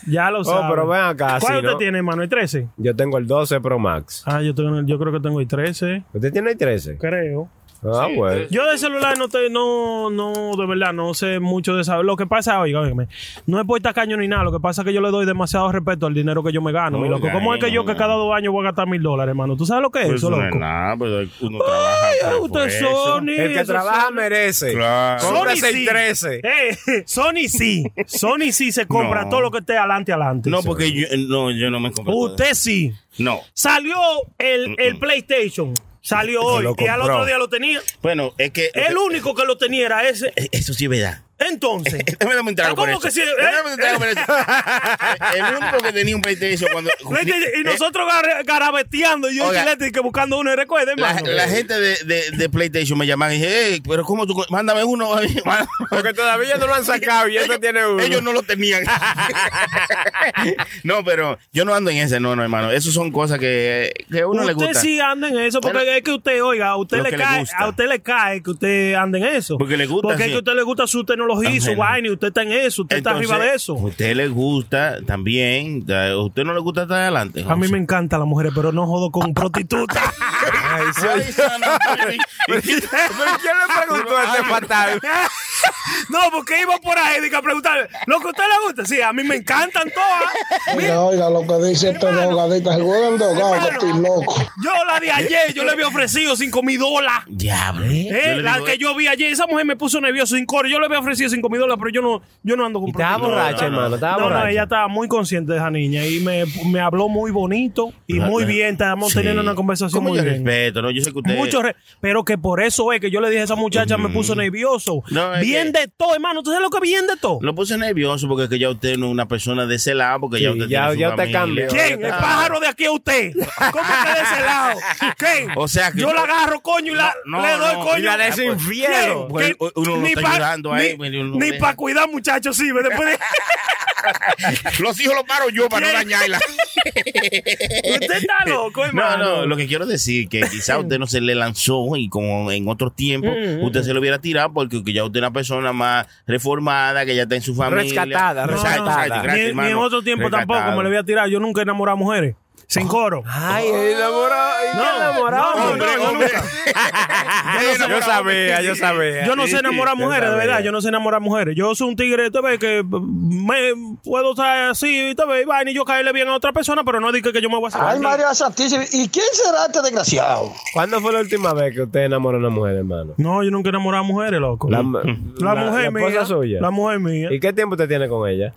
G: ya lo
J: Oh,
G: sabes.
J: pero ven acá,
G: ¿Cuál
J: si
G: usted
J: no-
G: tiene, Manuel? ¿13?
J: Yo tengo el 12 Pro Max.
G: Ah, yo, tengo, yo creo que tengo el 13,
J: ¿Usted tiene el 13?
G: creo.
J: Ah, bueno.
G: Yo de celular no te, no, no, de verdad, no sé mucho de saber. Lo que pasa, oiga, óigame, no es por tacaño ni nada. Lo que pasa es que yo le doy demasiado respeto al dinero que yo me gano, mi
H: Oiga,
G: loco. ¿Cómo es que yo que cada dos años voy a gastar mil dólares, hermano? ¿Tú sabes lo que es
H: Pues
G: eso,
H: no es
G: loco?
H: nada, pues, uno trabaja.
G: Ay,
H: por- por
G: usted es
H: eso.
G: Sony.
J: El que
G: eso es
J: trabaja
G: Sony.
J: merece.
H: Claro.
J: Cómprese el
G: sí.
J: 13.
G: Eh, Sony sí. Sony sí se compra
H: No.
G: todo lo que esté adelante, adelante.
H: No, porque yo eh, no, yo no me compré.
G: Usted sí.
H: No.
G: Salió el, el PlayStation. Salió
H: Se
G: hoy.
H: lo
G: Y al
H: compró. Eh,
G: otro día lo tenía.
H: Bueno, es que. e,
G: El único que lo tenía era ese.
H: Eso sí es verdad.
G: Entonces.
H: Déjame darme un trago por
G: ¿Cómo
H: eso.
G: que sí? ¿Eh?
H: Déjame un trago por eso. El único que tenía un PlayStation cuando. eh,
G: Y nosotros gar- garabeteando y yo
H: Oiga.
G: en Chilete, que buscando uno, y recuerden,
H: La,
G: hermano.
H: la gente de, de, de PlayStation me llamaban y dije, "Ey, pero ¿cómo tú? co- Mándame uno.
J: Porque todavía no lo han sacado y este tiene uno.
H: Ellos no lo tenían. no, pero yo no ando en ese, no, no, hermano. Esas son cosas que, que a uno le
G: usted
H: gusta.
G: sí anda en eso, porque es que usted, oiga, a usted
H: Lo
G: le
H: que le
G: cae,
H: gusta.
G: a usted le cae que usted ande en eso.
H: Porque le gusta,
G: Porque es
H: sí.
G: que a usted le gusta su cogido su vaina y usted está en eso, usted está arriba de eso.
H: A usted le gusta también. A usted no le gusta estar adelante.
G: A mí me encantan las mujeres, pero no jodo con prostitutas. Ay,
M: ¿Pero quién le preguntó a este fatal?
G: No, porque iba por ahí digo, a preguntarle, ¿lo que a usted le gusta? Sí, a mí me encantan todas.
K: Mira, oiga lo que dice este drogadicto. El huevo drogado, que estoy loco.
G: Yo la de ayer, yo le había ofrecido 5 mil dólares.
H: Diablo.
G: Eh, la que yo vi ayer, esa mujer me puso nervioso sin coro. Yo le había ofrecido 5 mil dólares, pero yo no, yo no ando con
J: Estaba
G: prostitutas.
J: borracha, hermano, estaba
G: No, no,
J: borracha.
G: ella estaba muy consciente de esa niña y me, me habló muy bonito y muy bien. Estábamos
H: Sí.
G: teniendo una conversación
H: Con
G: muy
H: mucho
G: bien.
H: respeto, ¿no? Yo sé que usted.
G: Mucho re- pero que por eso es que yo le dije a esa muchacha me puso nervioso.
H: Mm. No, es
G: bien de todo, hermano. ¿Tú sabes lo que es bien de todo?
H: Lo puse nervioso porque es que ya usted no es una persona de ese lado, porque ya
J: Sí,
H: usted
J: ya-
H: tiene su
J: ya usted cambió.
H: familia.
G: ¿Quién? ¿El pájaro de aquí es usted? ¿Cómo que de ese lado? ¿Quién?
H: O sea que-
G: yo la agarro, coño, y la,
H: No,
G: le doy
H: no,
G: coño.
H: y la
G: ¿Quién?
H: desinfiero.
G: ¿Quién?
H: Pues, uno lo
G: Ni
H: está
G: pa-
H: ayudando ahí,
G: ni-
H: pues, uno lo
G: Ni
H: deja.
G: para cuidar, muchachos, sí. pero Después de-
H: Los hijos los paro yo para no dañarla.
G: Usted está loco,
H: No,
G: hermano.
H: no, lo que quiero decir que quizá usted no se le lanzó y como en otros tiempos
G: Mm,
H: usted se lo hubiera tirado porque que ya usted es una persona más reformada, que ya está en su familia.
J: Rescatada,
H: Exacto,
J: rescatada.
H: exacto,
G: Ni,
H: gracias,
G: ni en
H: hermano.
G: otro tiempo
H: Rescatada.
G: tampoco me le voy a tirar. Yo nunca he enamorado a mujeres.
H: Ah,
G: Sin coro.
J: Ay, enamorado. enamorado.
G: no,
J: hombre,
G: no, yo
J: hombre.
G: Yo no sé-
J: Yo sabía, yo sabía.
G: Yo no sé enamorar
J: Yo
G: mujeres, de
J: sabía.
G: verdad. Yo no sé enamorar mujeres. Yo soy un tigre, te ves, que me puedo estar así, te ves, y vaina, y yo caerle bien a otra persona, pero no diga que yo me voy a sacar.
N: Ay, María Santísima. ¿Y quién será este desgraciado?
J: ¿Cuándo fue la última vez que usted enamoró a una mujer, hermano?
G: No, yo nunca he enamorado a mujeres, loco.
J: La,
G: La mujer
J: esposa
G: mía.
J: suya.
G: La mujer mía.
J: ¿Y qué tiempo usted tiene con ella?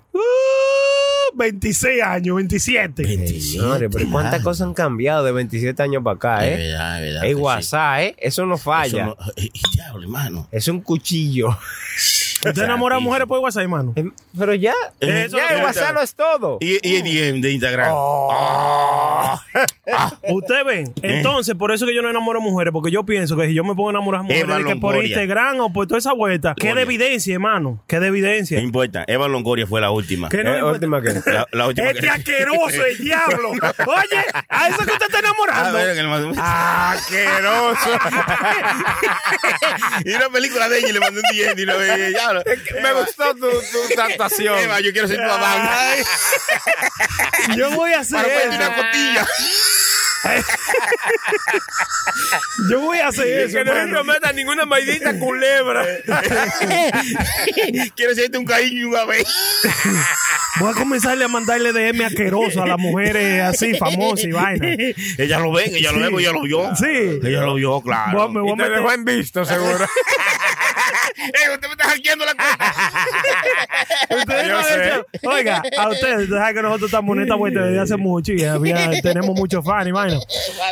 G: 26 años, 27.
J: Señores, pero cuántas cosas han cambiado de 27 años para acá, ¿eh?
H: Es verdad, es verdad
J: Ey,
H: que sí.
J: WhatsApp, ¿eh? Eso no falla.
H: Eso no- eh, eh, diablo, hermano.
J: Es un cuchillo. Em,
G: ¿Usted enamora a mujeres por WhatsApp, hermano?
J: Pero ya,
H: Eh,
J: ya el WhatsApp no es todo.
H: Y, y el
G: Oh.
H: DM de Instagram.
G: Usted ven, entonces por eso que yo no enamoro a mujeres, porque yo pienso que si yo me pongo a enamorar a mujeres,
H: Eva
G: de que por
H: Longoria.
G: Instagram o por toda esa vuelta, qué de evidencia, hermano, qué de evidencia.
H: No importa. Eva Longoria fue la última.
G: ¿Qué no
J: Eh,
G: importa?
J: última que-
H: La, la última
G: Este asqueroso, el diablo. Oye, a eso que usted está
H: A
G: enamorando.
H: ver, Ah, en el más-
J: Asqueroso.
H: y una película de ella y le mandé un DM y lo veía. diablo.
J: Me gustó tu, tu actuación.
H: Eva, yo quiero ser tu amante.
G: Yo voy a hacer
H: Para pedirte
G: eso.
H: una costilla.
G: Yo voy a hacer eso. hermano.
J: meta ninguna maldita culebra.
H: quiero hacerte un cariño y un ave.
G: Voy a comenzarle a mandarle DM asqueroso a las mujeres así, famosas y vainas.
H: Ella lo ven, ella lo ve, ella lo vio.
G: Sí.
H: Ella lo
G: Voy
H: vio,
G: a-
H: claro.
G: me voy a
J: Me
G: meter-
J: dejó en visto, seguro.
H: ¡Eh, usted me está hackeando la cuenta!
G: Ustedes no
J: Yo
G: han
J: sé.
G: hecho- Oiga, a ustedes, ustedes saben que nosotros estamos en esta vuelta desde hace mucho y había- tenemos muchos fans, hermano.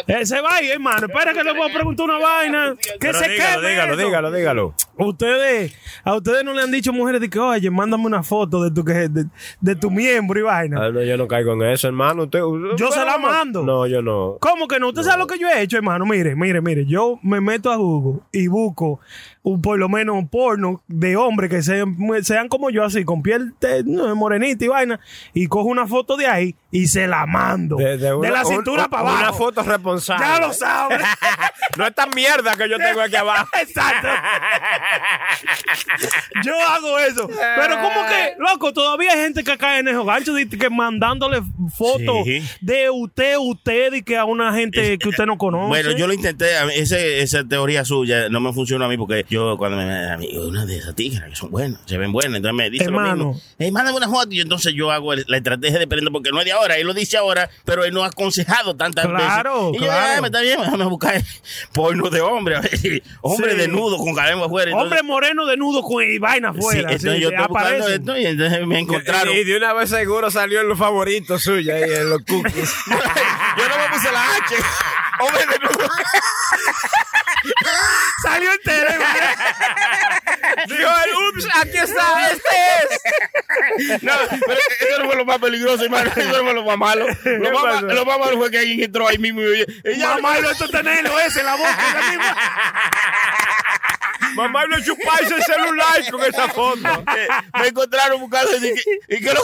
G: Ese vaina, hermano, espera que le voy a preguntar una vaina. Que
J: Pero
G: se
J: dígalo,
G: queme
J: dígalo,
G: eso.
J: dígalo, dígalo.
G: Ustedes, a ustedes no le han dicho mujeres de que, oye, mándame una foto de tu, que- de, de tu miembro y vaina.
J: Ah, no, yo no caigo en eso, hermano. Usted-
G: Yo se la mando.
J: No, yo no.
G: ¿Cómo que no? ¿Usted sabe lo que yo he hecho, hermano? Mire, mire, mire. Yo me meto a Google y busco un, por lo menos un porno de hombre que sean, sean como yo, así, con piel te- no, morenita y vaina, y cojo una foto de ahí y se la mando. De,
J: una-
G: la
J: un-
G: cintura
J: un-
G: para abajo.
J: Una foto responsable.
G: Ya lo sabes.
J: No esta mierda que yo tengo aquí abajo.
G: Exacto. Yo hago eso. Pero como que, loco, todavía hay gente que cae en esos ganchos de que mandándole fotos
H: Sí. eh,
G: de usted, usted y que a una gente que usted no conoce.
H: Bueno, yo lo intenté. a mí- ese- esa teoría suya no me funcionó a mí porque yo, cuando me. a mí, una de esas tigras que son buenas, se ven buenas. Entonces me dice
G: Hermano.
H: lo mismo. "Ey, mándame una foto. Y entonces yo hago el- la estrategia de prenda porque no es de ahora. Él lo dice ahora, pero él no ha aconsejado tantas
G: Claro,
H: veces. Y yo,
G: claro.
H: "Ay, me está bien, déjame buscar porno de hombre. a ver, hombre
G: Sí.
H: desnudo con cabello afuera. Entonces-
G: Hombre moreno desnudo con y vaina
H: Sí,
G: afuera.
H: entonces yo estoy buscando
G: aparece. eh,
H: esto y entonces me encontraron.
J: Y, y de una vez seguro salió en los favoritos suyos ahí en los cookies.
H: yo no me puse la H. Hombre desnudo.
G: Salió entero. hermano.
J: Dijo el ups, aquí está, este es.
H: No, pero eso no fue lo más peligroso, hermano. Eso no fue lo más malo. Lo más,
G: pasó?
H: ma- lo más malo fue que alguien entró ahí mismo y oye, ella
G: Mamá, y lo esto tenerlo ese en la boca. la misma.
J: Mamá, y lo chupáis el celular con esa foto.
H: me encontraron buscando y dije, ¿y qué lo?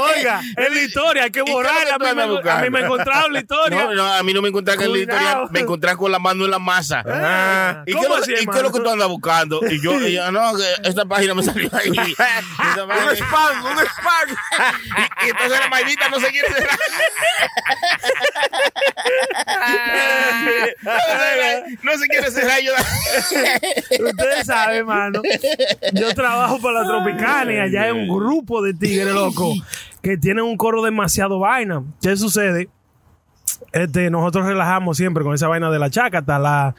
G: Oiga, es la historia, hay que borrarla. A mí me- A mí me encontraron la historia.
H: No, no, a mí no me encontraron en la historia.
G: Cuidado.
H: Me encontraron con la mano en la masa. Ah, ¿Y, qué, es lo- y qué es lo que tú andas buscando? Y yo, y yo, no, que esta página me salió ahí. un spam, un spam. y, y entonces la maldita no se quiere cerrar. no se quiere cerrar. Yo
G: Ustedes saben, mano. Yo trabajo para la Tropical y allá hay un grupo de tigres, loco, que tienen un coro demasiado vaina. ¿Qué sucede? Este, nosotros relajamos siempre con esa vaina de la chácata, la,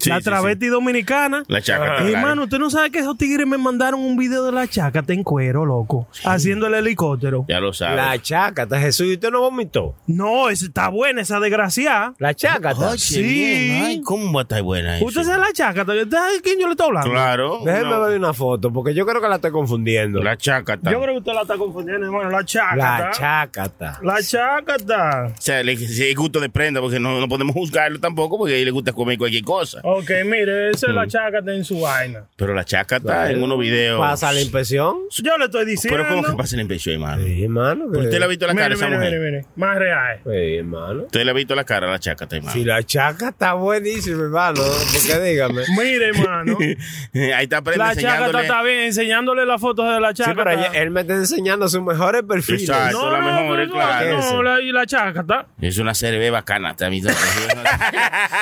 H: Sí,
G: la
H: sí,
G: travesti dominicana.
H: La chácata,
G: Y,
H: claro.
G: mano, usted no sabe que esos tigres me mandaron un video de la chácata en cuero, loco, haciendo el helicóptero.
H: Ya lo sabes.
J: La chácata, Jesús, ¿y usted no vomitó?
G: No, esa está buena esa desgraciada.
J: La chácata.
G: Oye, bien, ay,
H: ¿Cómo va a estar buena
G: ¿Usted sabe la chácata? ¿Usted sabe de quién yo le estoy hablando?
J: Déjeme ver una foto, porque yo creo que la estoy confundiendo.
H: La chácata.
G: Yo creo que usted la está confundiendo, hermano. La chácata.
J: La chácata.
G: La chácata.
H: O sea, le, si es gusto de prenda, porque no, no podemos juzgarlo tampoco, porque a él le gusta comer cualquier cosa.
G: Ok, mire, esa es
H: Mm.
G: la chácata en su vaina.
H: Pero la chácata en unos videos.
J: Pasa la impresión.
G: Yo le estoy diciendo.
H: Pero ¿cómo que pasa la impresión, hermano?
J: hermano. que-
H: ¿Usted le ha visto la
G: Mire,
H: cara a esa
G: mire,
H: mujer?
G: mire, mire. Más real.
J: Sí, hermano.
H: ¿Usted le ha visto la cara a la chácata, hermano?
J: Si la chaca está buenísima, hermano, porque dígame.
G: Mire, hermano.
H: Ahí está prenda
G: La chácata
H: enseñándole.
G: está bien, enseñándole las fotos de la
J: Sí, pero
G: chácata.
J: ella- él me está enseñando sus mejores perfiles.
H: Exacto, la mejor,
G: pero no,
H: claro.
G: No, la, y la chácata.
H: Es una serie bacana. está bien.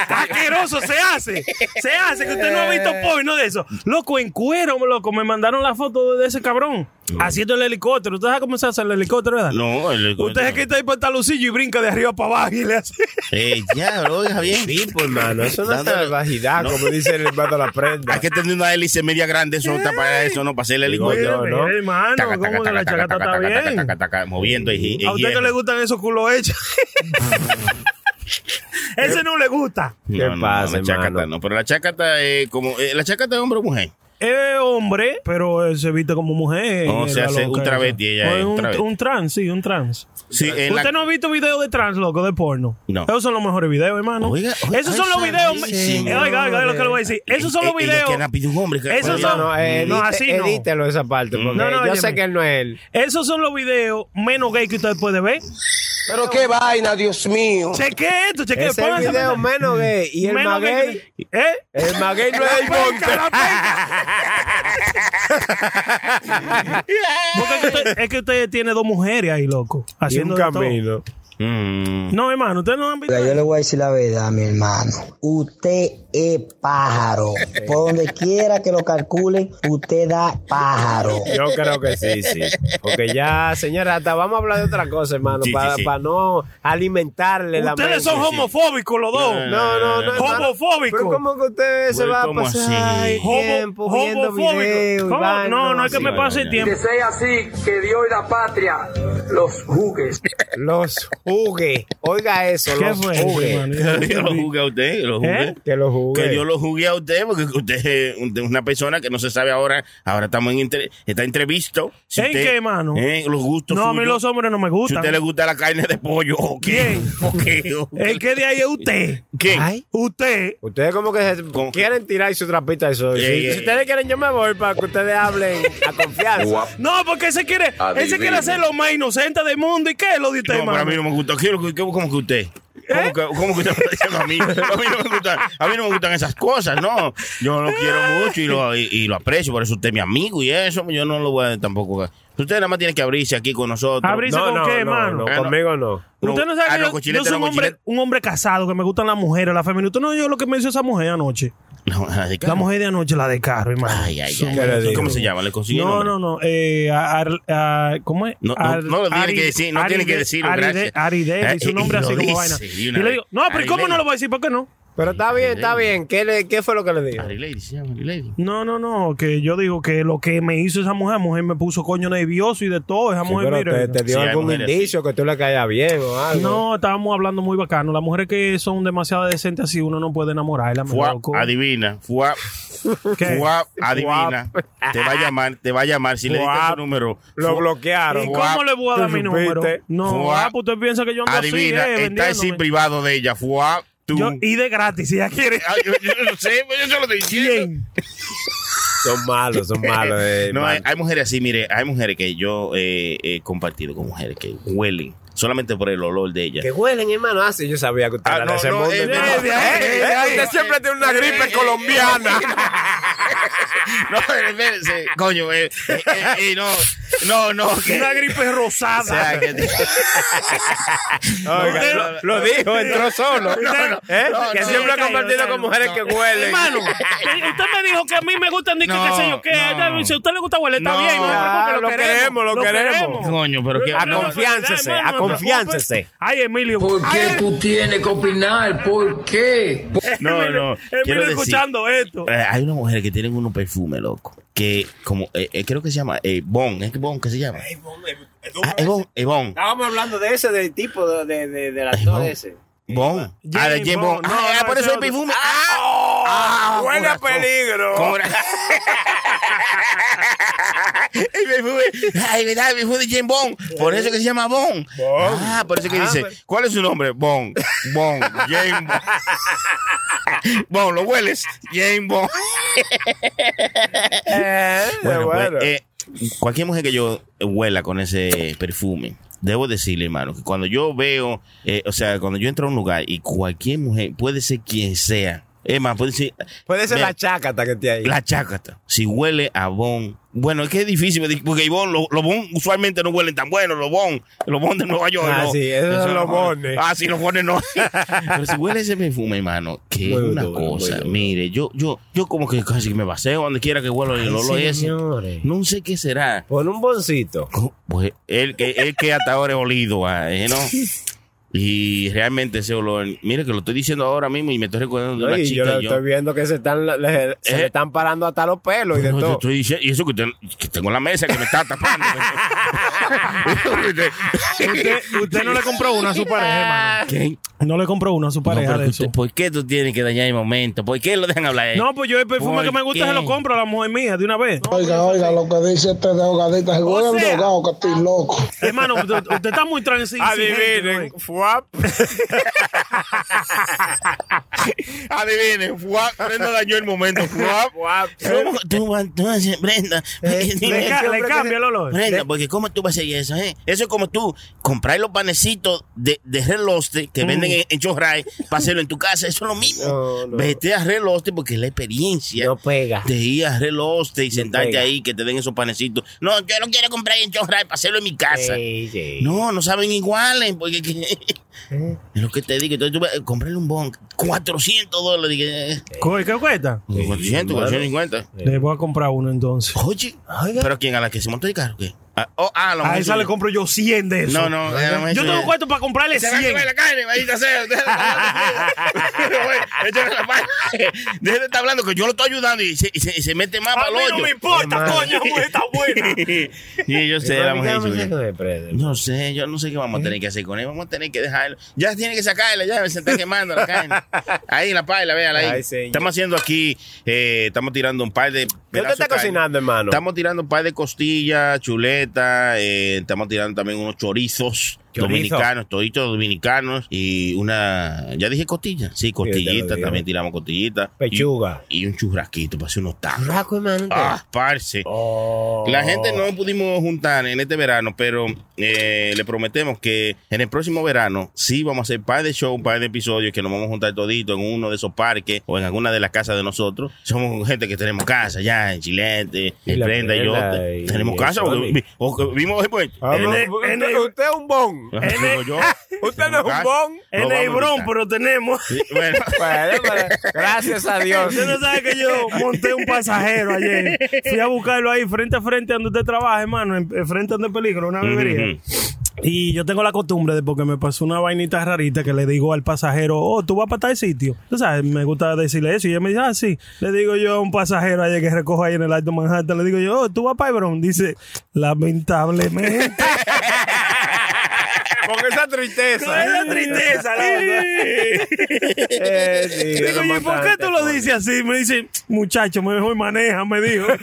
G: Asqueroso, se hace. Se hace que usted no ha
H: Eh.
G: visto porno de eso. Loco, en cuero, loco. Me mandaron la foto de ese cabrón. Haciendo el helicóptero. ¿Usted sabe cómo se hace el helicóptero, verdad?
H: No, el
G: Usted se quita ahí pantaloncillo y brinca de arriba para abajo y le hace.
H: Eh, ya, lo oiga bien.
J: Sí, pues, hermano, eso no es
H: Dándole-
J: salvajidad,
H: No.
J: como dice el hermano la prenda.
H: Hay que tener una hélice media grande, eso no está para eso, no para hacer el helicóptero.
G: Mire, mire, hermano, ¿cómo que la chácata está bien?
H: moviendo y, y-
G: ¿A usted que
H: yendo.
G: le gustan esos culos hechos? Ese no le gusta.
H: No, no, no, la chácata no, pero la chácata es como eh, la chácata es hombre o mujer.
G: Es hombre, pero él se viste como mujer.
H: No,
G: Era
H: se hace
G: loca
H: un
G: esa.
H: travesti, ella
G: O
H: es
G: un,
H: un travesti.
G: un trans, sí, un trans.
H: Sí, en la-
G: ¿Usted no ha visto videos de trans, loco, de porno?
H: No.
G: Esos son los mejores videos, hermano.
H: Oiga, oiga,
G: Esos son
H: ay,
G: los videos.
H: señores.
G: Eh, Oiga, oiga, oiga lo que le voy a decir. Esos son los
H: Eh, ella
G: videos.
H: quiere pedir un hombre que-
G: Esos
H: Bueno,
G: son.
H: no,
J: edite-
G: No, así no.
J: edítelo esa parte, porque
G: No, no,
J: yo
G: óyeme.
J: sé que él no es él.
G: Esos son los videos menos gay que usted puede ver.
N: Pero qué vaina, Dios mío.
G: Cheque esto, cheque
J: Ese es el video menos gay. Y el más gay,
G: ¿Eh?
J: el más gay no es el monte.
G: Porque es que, usted, es que usted tiene dos mujeres ahí, loco. Haciendo de todo.
H: Mm.
G: No, hermano, usted no han visto.
O: Yo le voy a decir la verdad, mi hermano. Usted es pájaro. Por donde quiera que lo calculen, usted da pájaro.
J: Yo creo que sí, sí. Porque ya, señora, hasta vamos a hablar de otra cosa, hermano,
O: Sí, sí,
J: para,
O: sí.
J: para no alimentarle la
G: Ustedes son
J: mente.
G: homofóbicos los dos.
J: No, no, no. hermano.
G: Homofóbicos.
J: Pero ¿cómo que usted se
G: Güey,
J: va a
G: ¿cómo
J: pasar
G: así?
J: el tiempo
G: Homo-
J: viendo
G: homofóbico.
J: videos y
G: ¿Cómo?
J: vainas?
G: No, no es que me pase el tiempo.
L: Que sea así, que Dios y la patria los jugues.
J: Los jugué. Oiga eso,
H: ¿Qué
J: los
H: fue?
J: jugué.
H: Que Dios lo juzgue a usted, lo juzgue.
J: ¿Eh? Que lo juzgue.
H: Que Dios lo juzgue a usted, porque usted es un- una persona que no se sabe ahora. Ahora estamos en entre- está entrevisto. Si
G: ¿En
H: usted-
G: qué, hermano?
H: Eh, los gustos.
G: No, a mí
H: suyos.
G: los hombres no me
H: Si a
G: gustan.
H: usted le gusta la carne de pollo, ¿o qué? ¿O qué? ¿O qué?
G: El que de ahí es usted.
H: ¿Quién?
G: Usted.
J: Ustedes como que se- quieren tirar su trapita eso.
H: Ey,
J: Si,
H: ey,
J: si
H: ey.
J: ustedes quieren, yo me voy para que ustedes hablen a confianza.
G: No, porque ese quiere, ese
H: Adivine.
G: quiere ser lo más inocente del mundo. ¿Y qué es lo de usted,
H: No, pero a
G: hermano? ¿Eh?
H: mí no me gusta. ¿Qué- qué- ¿Cómo que usted? ¿Cómo que, cómo que usted me está diciendo a mí? A mí, no me gustan, a mí no me gustan esas cosas, no. Yo lo quiero
G: ¿Eh?
H: mucho y lo, y, y lo aprecio, por eso usted es mi amigo y eso. Yo no lo voy a tampoco. Usted nada más tiene que abrirse aquí con nosotros.
G: ¿Abrirse con qué, hermano?
J: no, conmigo no.
G: Usted no sabe
H: Ah,
G: que yo- yo,
H: cochilete,
G: soy un hombre,
H: cochilete.
G: un hombre casado, que me gustan las mujeres, las femeninas. Usted no yo lo que me hizo esa mujer anoche.
H: No, la de
G: La
H: carro.
G: mujer de anoche, la de carro, hermano.
H: Ay, ay,
G: Su-
H: ay. ¿Cómo se llama? ¿Le consiguió el
G: No,
H: nombre?
G: no, no. eh, a- a- a- ¿Cómo es?
H: No, no,
G: Ar-
H: no lo tiene
G: Ari-
H: que decir, no
G: Ari
H: tiene que
G: de-
H: decirlo,
G: Ari de-
H: gracias.
G: Ari Davis,
H: Eh,
G: su nombre
H: y
G: así
H: lo
G: como
H: dice,
G: vaina.
H: y
G: Y
H: una
G: le
H: vez.
G: digo, no, pero
H: Ari
G: ¿y ¿cómo no
H: Davis.
G: lo voy a decir? ¿Por qué no?
J: Pero está bien, está bien. ¿Qué, le- qué fue lo que le dijo?
G: No, no, no, que yo digo que lo que me hizo esa mujer, mujer me puso coño nervioso y de todo, esa
J: Sí,
G: mujer
J: pero
G: mira,
J: te, te dio
G: Sí, hay
J: algún
G: mujeres,
J: indicio que tú le caías bien o algo.
G: No, estábamos hablando muy bacano. Las mujeres que son demasiado decentes así, uno no puede enamorarla. me
H: Fua,
G: loco.
H: adivina. Fua,
G: ¿Qué?
H: fua, adivina. Te va a llamar, te va a llamar. Si le diste
J: Fua.
H: su número.
J: Lo
H: Fua.
J: bloquearon.
G: ¿Y
H: Fua.
G: cómo le voy a dar
J: ¿Tú
G: mi número?
J: supiste?
G: No,
H: Fua.
G: ah, pues usted piensa que yo ando
H: Adivina,
G: así, eh,
H: está el
G: vendiéndome.
H: sin privado de ella. Fua, tú.
G: Yo- y de gratis, si ella quiere.
H: pues Ay, yo, yo no sé, yo solo estoy diciendo.
J: Son malos, son malos. eh,
H: no, hay,
J: man.
H: hay mujeres así, mire, hay mujeres que yo eh, he compartido con mujeres que huelen solamente por el olor de ellas.
J: Que huelen, hermano. Ah, sí, yo sabía que usted era de ese mundo.
M: eh,
J: hermano.
M: eh, eh, eh, eh,
H: siempre tiene una gripe colombiana. No, espérense, coño, eh, eh, eh, eh, no, no, no. que-
G: Una gripe rosada.
H: o sea, que-
J: Oiga,
H: No,
J: lo,
H: no,
J: lo
H: no.
J: dijo, entró solo.
H: No, no,
J: ¿Eh?
H: no,
J: que
H: no,
J: siempre ha
H: no,
J: compartido
H: no,
J: con mujeres
H: no.
J: que huelen.
G: Hermano, eh, usted me dijo que a mí me gustan ni que
H: No,
G: qué sé yo qué.
H: no.
G: Ella me dice, Si a usted le gusta huele, está
H: No.
G: bien. No, me
H: Claro,
G: preocupe,
J: lo queremos, lo queremos.
H: Coño, pero que.
J: A
H: no,
J: confiáncese,
G: Hermano, no
J: a
G: me
J: confiáncese.
G: preocupe. Ay, Emilio. ¿Por
L: ¿Qué tú tienes que opinar? ¿Por qué?
H: No, no. quiero
G: Emilio
H: decir-
G: escuchando esto.
H: Eh, hay una mujer que tienen unos perfumes, loco. Que como, eh, eh, creo que se llama eh, Bon. ¿Es que Bon que se llama?
J: eh,
H: Ah, es Bon, es Bon.
J: Estábamos hablando de ese, del tipo, de, de, de, del actor
H: no.
J: ese.
H: Bon. Ah, de
G: James
H: James Bond.
G: Bond. No,
H: Ah,
G: no,
H: por
G: ese
H: eso el
G: otro.
H: perfume. Ah, ah,
M: huele a
H: corazón.
M: peligro.
H: Cora- ah, el perfume. Ay, verdad, el perfume de James Bond. Por eso que se llama Bon. Ah, por eso que dice.
J: pues.
H: ¿Cuál es su nombre? Bon. Bon. James Bond. Bon, ¿lo hueles? James Bond.
J: Eh,
H: Bueno,
J: bueno,
H: pues, eh, cualquier mujer que yo huela con ese perfume, debo decirle, hermano, que cuando yo veo, eh, o sea, cuando yo entro a un lugar y cualquier mujer, puede ser quien sea, es más, puede ser
J: Puede ser
H: mira,
J: la chácata que tiene ahí.
H: la chácata, si huele a bon. Bueno, es que es difícil, porque bon, los los bon usualmente no huelen tan buenos, los bon, los bon de Nueva York.
J: Ah,
H: no.
J: sí, esos son
H: no
J: los
H: huelen.
J: bones.
H: Ah, sí, los bones no. Pero si huele ese perfume, hermano, que es
J: Muy
H: una
J: duro, muy
H: cosa.
J: duro.
H: Mire, yo, yo, yo como que casi me paseo donde quiera que huelo el olor
J: Ay,
H: ese.
J: señores.
H: No sé qué será.
J: Con un boncito.
H: Pues el que, el que hasta ahora he olido, ah, eh, ¿no? Y realmente ese olor, mire que lo estoy diciendo ahora mismo y me estoy recordando de
J: No,
H: una
J: y yo
H: chica.
J: lo
H: y yo-
J: estoy viendo que se están le- le- se
H: Eh.
J: le están parando hasta los pelos y de
H: No, te
J: todo.
H: estoy diciendo- y eso que, usted- que tengo la mesa que me está tapando.
G: Usted, usted no le compró uno a su pareja, hermano.
H: ¿Qué?
G: No le compró uno a su
H: No,
G: pareja
H: pero
G: de
H: que usted-
G: eso.
H: ¿Por qué tú tienes que dañar el momento? ¿Por qué lo dejan hablar?
G: No, pues yo el perfume
H: ¿Por
G: que me gusta
H: qué?
G: se lo compro a la mujer mía de una vez.
K: Oiga, oiga, lo que dice este drogadicto, se huele un
G: sea-
K: drogado que estoy loco.
G: Hermano, usted, usted está muy ¿eh? tranquilo.
J: Ah, Adivinen, fuap.
H: Adivine, fuap, Brenda dañó el momento. fuap.
J: Fuap.
H: ¿Cómo tú vas tú vas a ser Brenda?
J: Eh,
G: le, ca- le cambia el olor.
H: Brenda, porque ¿cómo tú vas a hacer eso? eh? Eso es como tú comprar los panecitos de, de reloste que venden en, en Chorray para hacerlo en tu casa. Eso es lo mismo.
J: No, no.
H: Vete a reloste porque es la experiencia
J: No pega.
H: de ir a reloste y sentarte
J: pega.
H: ahí que te den esos panecitos. No, yo no quiero comprar en Chorray para hacerlo en mi casa.
J: Ey, ey.
H: No, no saben iguales, porque que- es lo que te digo. Entonces tú vas a comprarle un bon, 400 dólares. eh, que-
G: Co- ¿Qué cuesta?
H: 400, 450.
G: Le voy a comprar uno entonces.
H: Oye, pero ¿quién? ¿A la que se montó el carro? ¿Qué? Ah, oh, ah, la
G: A
H: mujer
G: esa
H: suya.
G: le compro yo 100 de eso.
H: No, no, ya me
G: Yo
H: hizo-
G: tengo cuarto para comprarle
H: Se va a comer
G: 100.
H: la carne, maldita sea. Usted- Bueno, échame la mano. Deje de estar hablando que yo lo estoy ayudando y se, y se- y se mete más para el hoyo.
G: importa, coño, está buena.
H: Sí, yo sé, la mujer
J: Dígame
H: suya.
J: que me prende.
H: No sé, yo no sé qué
J: ¿Eh?
H: vamos a tener que hacer con él. Vamos a tener que dejarlo. Ya tiene que sacarla, ya se está quemando la carne. Ahí en la paila, véala ahí.
J: Ay, señor.
H: estamos haciendo aquí, eh, estamos tirando un par
J: ¿Qué
H: de.
J: usted
H: pedazos de
J: está
H: carne.
J: cocinando, hermano?
H: Estamos tirando un par de costillas, chuletas, eh, estamos tirando también unos chorizos.
J: Chorizo.
H: Dominicanos, toditos dominicanos y una, ya dije costilla, sí,
J: te lo
H: costillita,
J: digo.
H: también tiramos costillita.
J: Pechuga.
H: Y, y un churrasquito para hacer unos tacos.
J: Raco, hermano.
H: Ah, parce.
J: Oh.
H: La gente no pudimos juntar en este verano, pero eh, le prometemos que en el próximo verano sí vamos a hacer par de shows, par de episodios que nos vamos a juntar todito en uno de esos parques o en alguna de las casas de nosotros. Somos gente que tenemos casa ya en Chilete,
J: Y
H: en
J: la
H: Prenda y yo.
J: Prenda y-
H: Tenemos
J: y
H: casa.
J: eso,
H: porque
J: amigo.
H: vi- o que vimos después.
J: Ah,
H: en
J: no,
H: el-
J: porque usted, usted es un bon.
H: digo yo,
J: Usted no es un bon.
H: Lo
G: En
H: vamos a
G: Hebrón,
H: invitar.
G: pero tenemos.
H: Sí, bueno.
J: Bueno, pero gracias a Dios.
G: Usted no sabe que yo monté un pasajero ayer. Fui a buscarlo ahí frente a frente donde usted trabaja, hermano, en- en frente donde peligro, una bebería.
H: Ujú.
G: Y yo tengo la costumbre de porque me pasó una vainita rarita que le digo al pasajero, oh, tú vas para tal sitio. Tú sabes, me gusta decirle eso. Y ella me dice, ah, sí. Le digo yo a un pasajero ayer que recojo ahí en el Alto Manhattan, le digo yo, oh, tú vas para Hebrón. Dice, lamentablemente.
M: Con esa tristeza.
G: Con esa tristeza,
M: Eh, sí,
G: Digo,
M: lo
G: ¿y por qué
M: mataste,
G: tú lo dices así? Me dice, muchacho, mejor maneja, me dijo. El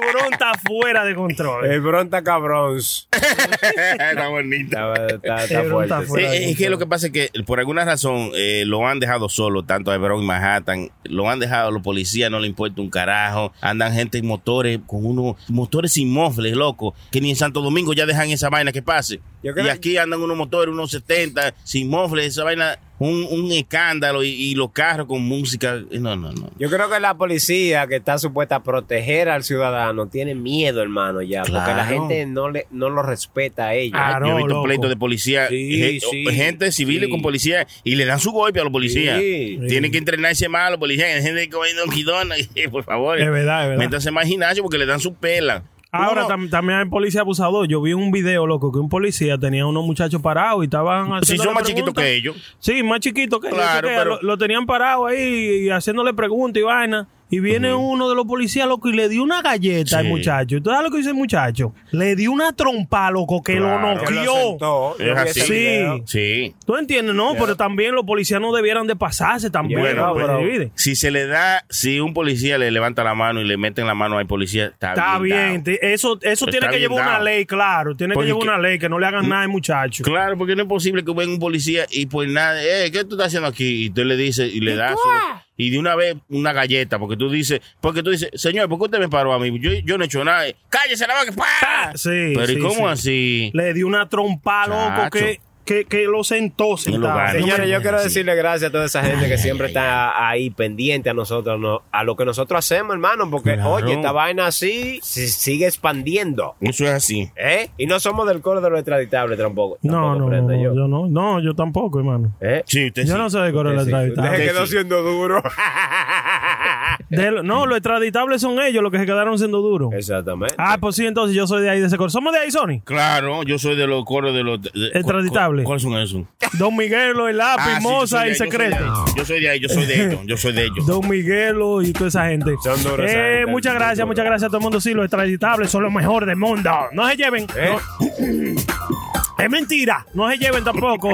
G: bron está fuera de control.
J: El bronta cabrón.
H: está bonita.
J: Está,
G: está Pero fuerte, está sí. fuera de
H: Eh, es que lo que pasa es que por alguna razón eh, lo han dejado solo, tanto a Verón y Manhattan. Lo han dejado a los policías, no le importa un carajo. Andan gente en motores, con unos motores sin mofles, loco. Que ni en Santo Domingo ya dejan esa vaina que pase.
J: Yo creo-
H: Y aquí andan unos motores, unos 70, sin mofles, esa vaina. Un, un escándalo y, y los carros con música. No, no, no.
J: Yo creo que la policía que está supuesta a proteger al ciudadano tiene miedo, hermano, ya. Porque
H: Claro.
J: la gente no, le, no lo respeta a ellos.
G: Ah,
H: Yo he visto pleitos de policía,
J: Sí,
H: gen-
J: sí,
H: gente civil
J: sí.
H: con policía y le dan su golpe a los policías.
J: Sí.
H: Tienen que entrenarse más a los policías. Hay gente que va en Quidona, por favor.
G: Es verdad, es verdad.
H: Métanse más al gimnasio porque le dan su pela.
G: Ahora tam- también hay policía abusador. Yo vi un video, loco, que un policía tenía unos muchachos parados y estaban haciendo.
H: Si son más chiquitos que ellos.
G: Sí, más chiquitos que ellos. yo
H: Claro,
G: sé que
H: pero-
G: lo, lo tenían parado ahí y haciéndole preguntas y vaina. Y viene uno de los policías, loco, y le dio una galleta al
H: Sí.
G: muchacho. ¿Tú sabes lo que dice el muchacho? Le dio una trompa, loco, que lo
H: Claro.
G: noqueó.
H: Es así.
G: Sí.
H: Sí.
G: ¿Tú entiendes? No,
H: Ya.
G: pero también los policías no debieran de pasarse también.
H: Bueno,
G: ¿no?
H: pues,
G: Pero divide.
H: si se le da, si un policía le levanta la mano y le meten la mano al policía, está,
G: Está bien,
H: bien.
G: te- eso, eso
H: Está
G: tiene que
H: bien
G: llevar una
H: dado.
G: ley, claro. Tiene
H: Porque
G: que llevar
H: que-
G: una ley, que no le hagan nada al muchacho.
H: Claro, porque no es posible que venga un policía y pues nada, eh, ¿qué tú estás haciendo aquí? Y tú le dices y le das su- y de una vez una galleta, porque tú dices, porque tú dices, señor, ¿por qué usted me paró a mí? Yo, yo no he hecho nada. Cállese la boca, ¡pa!
G: Ah, Sí,
H: Pero
G: sí,
H: ¿y cómo así?
G: Le dio una trompa, loco,
H: Chacho.
G: que, que, que lo sentó. sentado.
J: Señores, yo quiero
G: Sí.
J: decirle gracias a toda esa gente que siempre está ahí pendiente a nosotros, no- a lo que nosotros hacemos, hermano, porque
H: Claro.
J: oye, esta vaina así se sigue expandiendo.
H: Eso es así.
J: ¿eh? Y no somos del coro de lo extraditable tampoco.
G: No,
J: tampoco,
G: no, no,
J: prenda,
G: no,
J: yo.
G: yo. no. No, yo tampoco, hermano.
H: Sí, usted
G: yo
H: sí.
G: no soy de corona
J: Usted sí.
G: extraditable.
J: Usted se quedó siendo duro.
G: De lo- no, los extraditables son ellos los que se quedaron siendo duros.
J: Exactamente.
G: Ah, pues sí, entonces yo soy de ahí, de ese coro. ¿Somos de ahí, Sony?
H: Claro, yo soy de los coros de los. de-
G: Extraditable.
H: ¿Cuáles son esos?
G: Don Miguelo, el lápiz,
H: Ah, sí, yo
G: Ah, pues, Moza
H: soy de
G: y
H: ahí, yo
G: Secreto.
H: soy de ahí. Yo soy de ahí, yo soy de ellos, yo soy de ellos.
G: Don Miguelo y toda esa gente.
H: Son duros esa
G: Eh,
H: gente,
G: muchas
H: son
G: gracias,
H: duros.
G: muchas gracias a todo el mundo. Sí, los extraditables son los mejores del mundo. No se lleven.
H: Eh.
G: no- Es mentira, no se lleven tampoco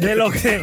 G: de lo que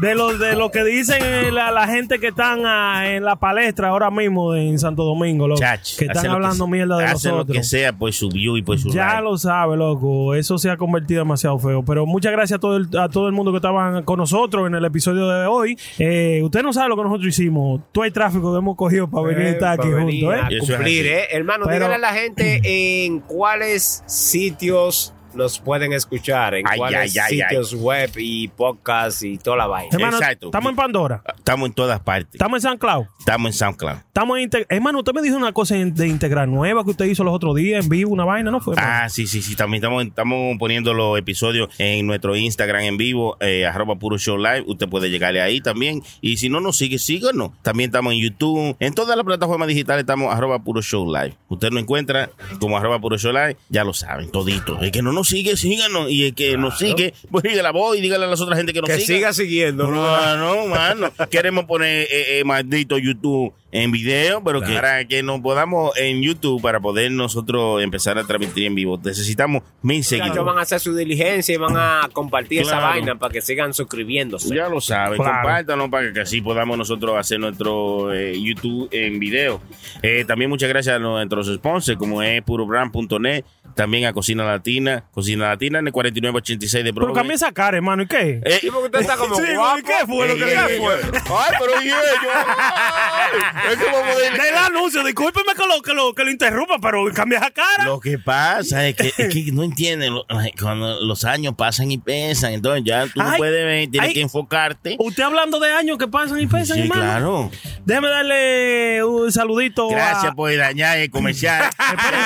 G: de lo, de lo que dicen eh, la, la gente que están ah, en la palestra ahora mismo en Santo Domingo, loco,
H: Chach,
G: que están
H: hace lo
G: hablando
H: se-
G: mierda de
H: hace lo que
G: nosotros.
H: sea, pues subió y pues subió.
G: Ya lo sabe, loco. Eso se ha convertido demasiado feo. Pero muchas gracias a todo el, a todo el mundo que estaban con nosotros en el episodio de hoy. Eh, usted no sabe lo que nosotros hicimos. Todo el tráfico que hemos cogido para
H: Eh,
G: venir a estar pues, aquí juntos,
J: pues, A
G: ¿eh?
J: cumplir, ¿eh? Hermano,
G: Pero-
J: díganle a la gente en cuáles sitios nos pueden escuchar, en
H: Ay,
J: cuáles
H: ay, ay, ay.
J: sitios web y podcast y toda la vaina.
G: Hermano, estamos en Pandora.
H: Estamos en todas partes.
G: Estamos en San Cloud.
H: Estamos en SoundCloud.
G: Estamos en Integ- Hermano, usted me dijo una cosa en- de integrar nueva que usted hizo los otros días en vivo, una vaina, ¿no fue? hermano?
H: Ah, sí, sí, sí. También estamos, estamos poniendo los episodios en nuestro Instagram en vivo, eh, arroba puro show live. Usted puede llegarle ahí también. Y si no nos sigue, síganos. También estamos en YouTube. En todas las plataformas digitales estamos arroba puro show live. Usted nos encuentra como arroba puro show live. Ya lo saben, todito. El que no nos sigue, síganos. Y el que nos sigue, pues dígale la voz y dígale a las otras gente que nos
J: Que
H: siga.
J: siga siguiendo.
H: No, no, mano. Queremos poner eh, eh, maldito YouTube en video, pero que para que nos podamos en YouTube para poder nosotros empezar a transmitir en vivo. Necesitamos mil
J: Ellos van
H: seguidores.
J: a hacer su diligencia y van a compartir esa
H: Claro.
J: vaina para que sigan suscribiéndose.
H: Ya lo saben,
J: Claro.
H: compártanlo para que así podamos nosotros hacer nuestro eh, YouTube en video. Eh, también muchas gracias a nuestros sponsors, como es purobrand.net, también a Cocina Latina, Cocina Latina en el 4986 de
G: Pero
H: Broadway.
G: cambia esa cara, hermano, ¿y qué?
H: Eh,
G: Sí, hermano, ¿y ¿Qué fue lo que le
H: Eh, Ay, pero y ellos. Ay, es como poder-
G: Del anuncio, discúlpeme que lo, que lo, que lo interrumpa, pero cambia esa cara.
H: Lo que pasa es que, es que no entienden lo- cuando los años pasan y pesan, entonces ya tú no
G: Ay,
H: puedes ver, tienes
G: ay.
H: que enfocarte.
G: Usted hablando de años que pasan y pesan,
H: Sí,
G: hermano.
H: claro.
G: Déjeme darle un saludito.
H: Gracias
G: a...
H: por dañar el comercial.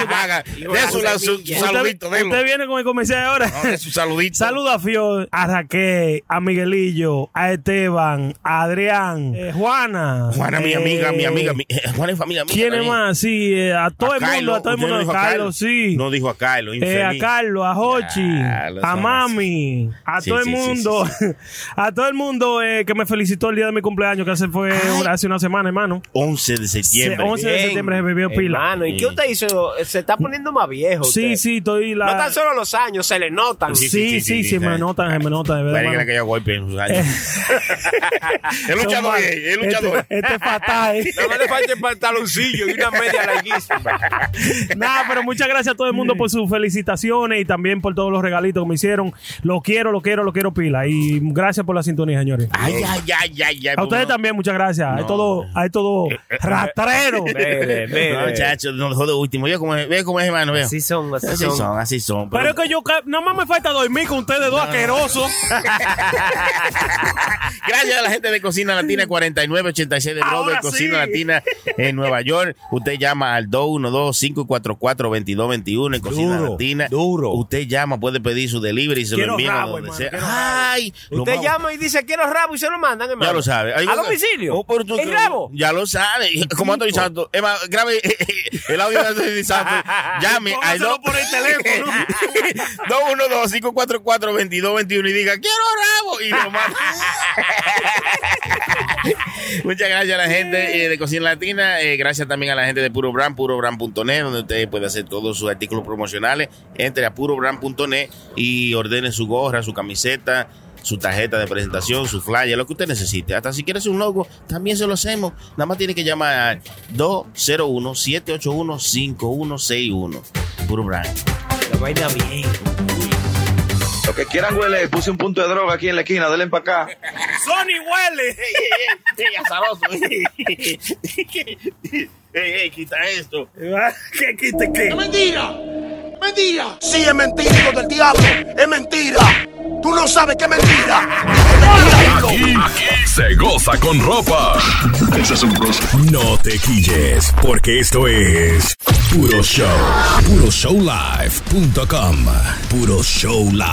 H: Haga- De su, la- su- su
G: Usted-
H: saludito,
G: Usted,
H: denlo.
G: viene con el comercial ahora.
H: No, de su saludito.
G: Saluda a Fior, a Raquel, a Miguelillo, a Esteban, a Adrián, eh, Juana.
H: Juana, mi
G: eh,
H: amiga, mi amiga, mi- Juana es familia mía.
G: ¿Quién es
H: también.
G: más? Sí, eh, a todo el mundo, a todo el
H: usted
G: mundo.
H: no dijo
G: a Carlos, sí.
H: No dijo a Carlos,
G: Eh, a
H: infeliz.
G: Carlos, a Hochi,
H: Ya, lo
G: a
H: son
G: Mami, a
H: Sí,
G: todo el
H: sí, sí, sí,
G: mundo, a todo el mundo eh, que me felicitó el día de mi cumpleaños, que hace fue una- hace una semana, hermano.
H: 11 de septiembre.
G: Se- 11 de septiembre se bebió pila.
J: Hermano, ¿y qué usted hizo? Se está poniendo más viejo.
G: Sí, Sí, sí, estoy la.
J: No tan solo los años, se le notan.
G: Sí, sí, sí, se me notan, se me notan, de verdad.
H: Parece
G: mano.
H: que yo golpe en sus años. Es
G: Son
H: luchador,
G: mal-
H: eh, es luchador.
G: Este, este es fatal. eh.
M: No me le falta el pantaloncillo y una media larguísima.
G: Nada, pero muchas gracias a todo el mundo por sus felicitaciones y también por todos los regalitos que me hicieron. Lo quiero, lo quiero, lo quiero pila. Y gracias por la sintonía, señores.
H: Ay, ay, ay, ay, ay.
G: a ustedes también, muchas gracias. Hay todo, hay todo rastrero.
H: No, Eh, chacho, no dejó de último. Ve cómo es, ve cómo es, hermano. Veo.
J: Así son, así
H: así
J: son.
H: son. Así son.
G: Pero es que yo ca- nada más me falta dormir con ustedes dos asquerosos.
H: Gracias a la gente de Cocina Latina 4986 de Broadway,
G: Ahora
H: Cocina
G: sí.
H: Latina en Nueva York. Usted llama al 212-544-2221 en Cocina
M: Duro,
H: Latina. Usted llama, puede pedir su delivery y se
J: Quiero
H: lo envían a
J: rabo,
H: donde
J: hermano,
H: sea.
J: quiero
H: Ay, lo
J: Usted
H: vamos-
J: llama y dice, quiero rabo y se lo mandan, hermano.
H: Ya lo sabe. Hay
J: ¿A
H: una-
J: domicilio?
H: Oh, pero tú-
J: ¿El rabo?
H: Ya lo sabe. Como Anthony Santos. Es más, grabe el audio de Anthony Santos. Llame al
M: Póngaselo por el teléfono.
H: 212-544-2221 y diga, quiero rabo. Y lo manda. Muchas gracias a la gente eh, de Cocina Latina. Eh, gracias también a la gente de Puro Brand, purobrand.net, donde usted puede hacer todos sus artículos promocionales. Entre a purobrand.net y ordene su gorra, su camiseta, su tarjeta de presentación, su flyer, lo que usted necesite. Hasta si quiere hacer un logo, también se lo hacemos. Nada más tiene que llamar al 201-781-5161. Puro Brand.
J: La vaina bien.
P: Lo que quieran huele, puse un punto de droga aquí en la esquina, denle para acá.
G: Sony huele.
H: ey, ey, quita esto.
G: ¿Qué quita qué?
Q: mentira! ¡Mentira! Sí, es mentira, hijo del diablo. Es mentira. Tú no sabes qué es mentira.
B: Aquí, aquí se goza con ropa. Ese es un grosso.
C: No te quilles, porque esto es Puro Show. PuroShowLive.com. Puro Show Live.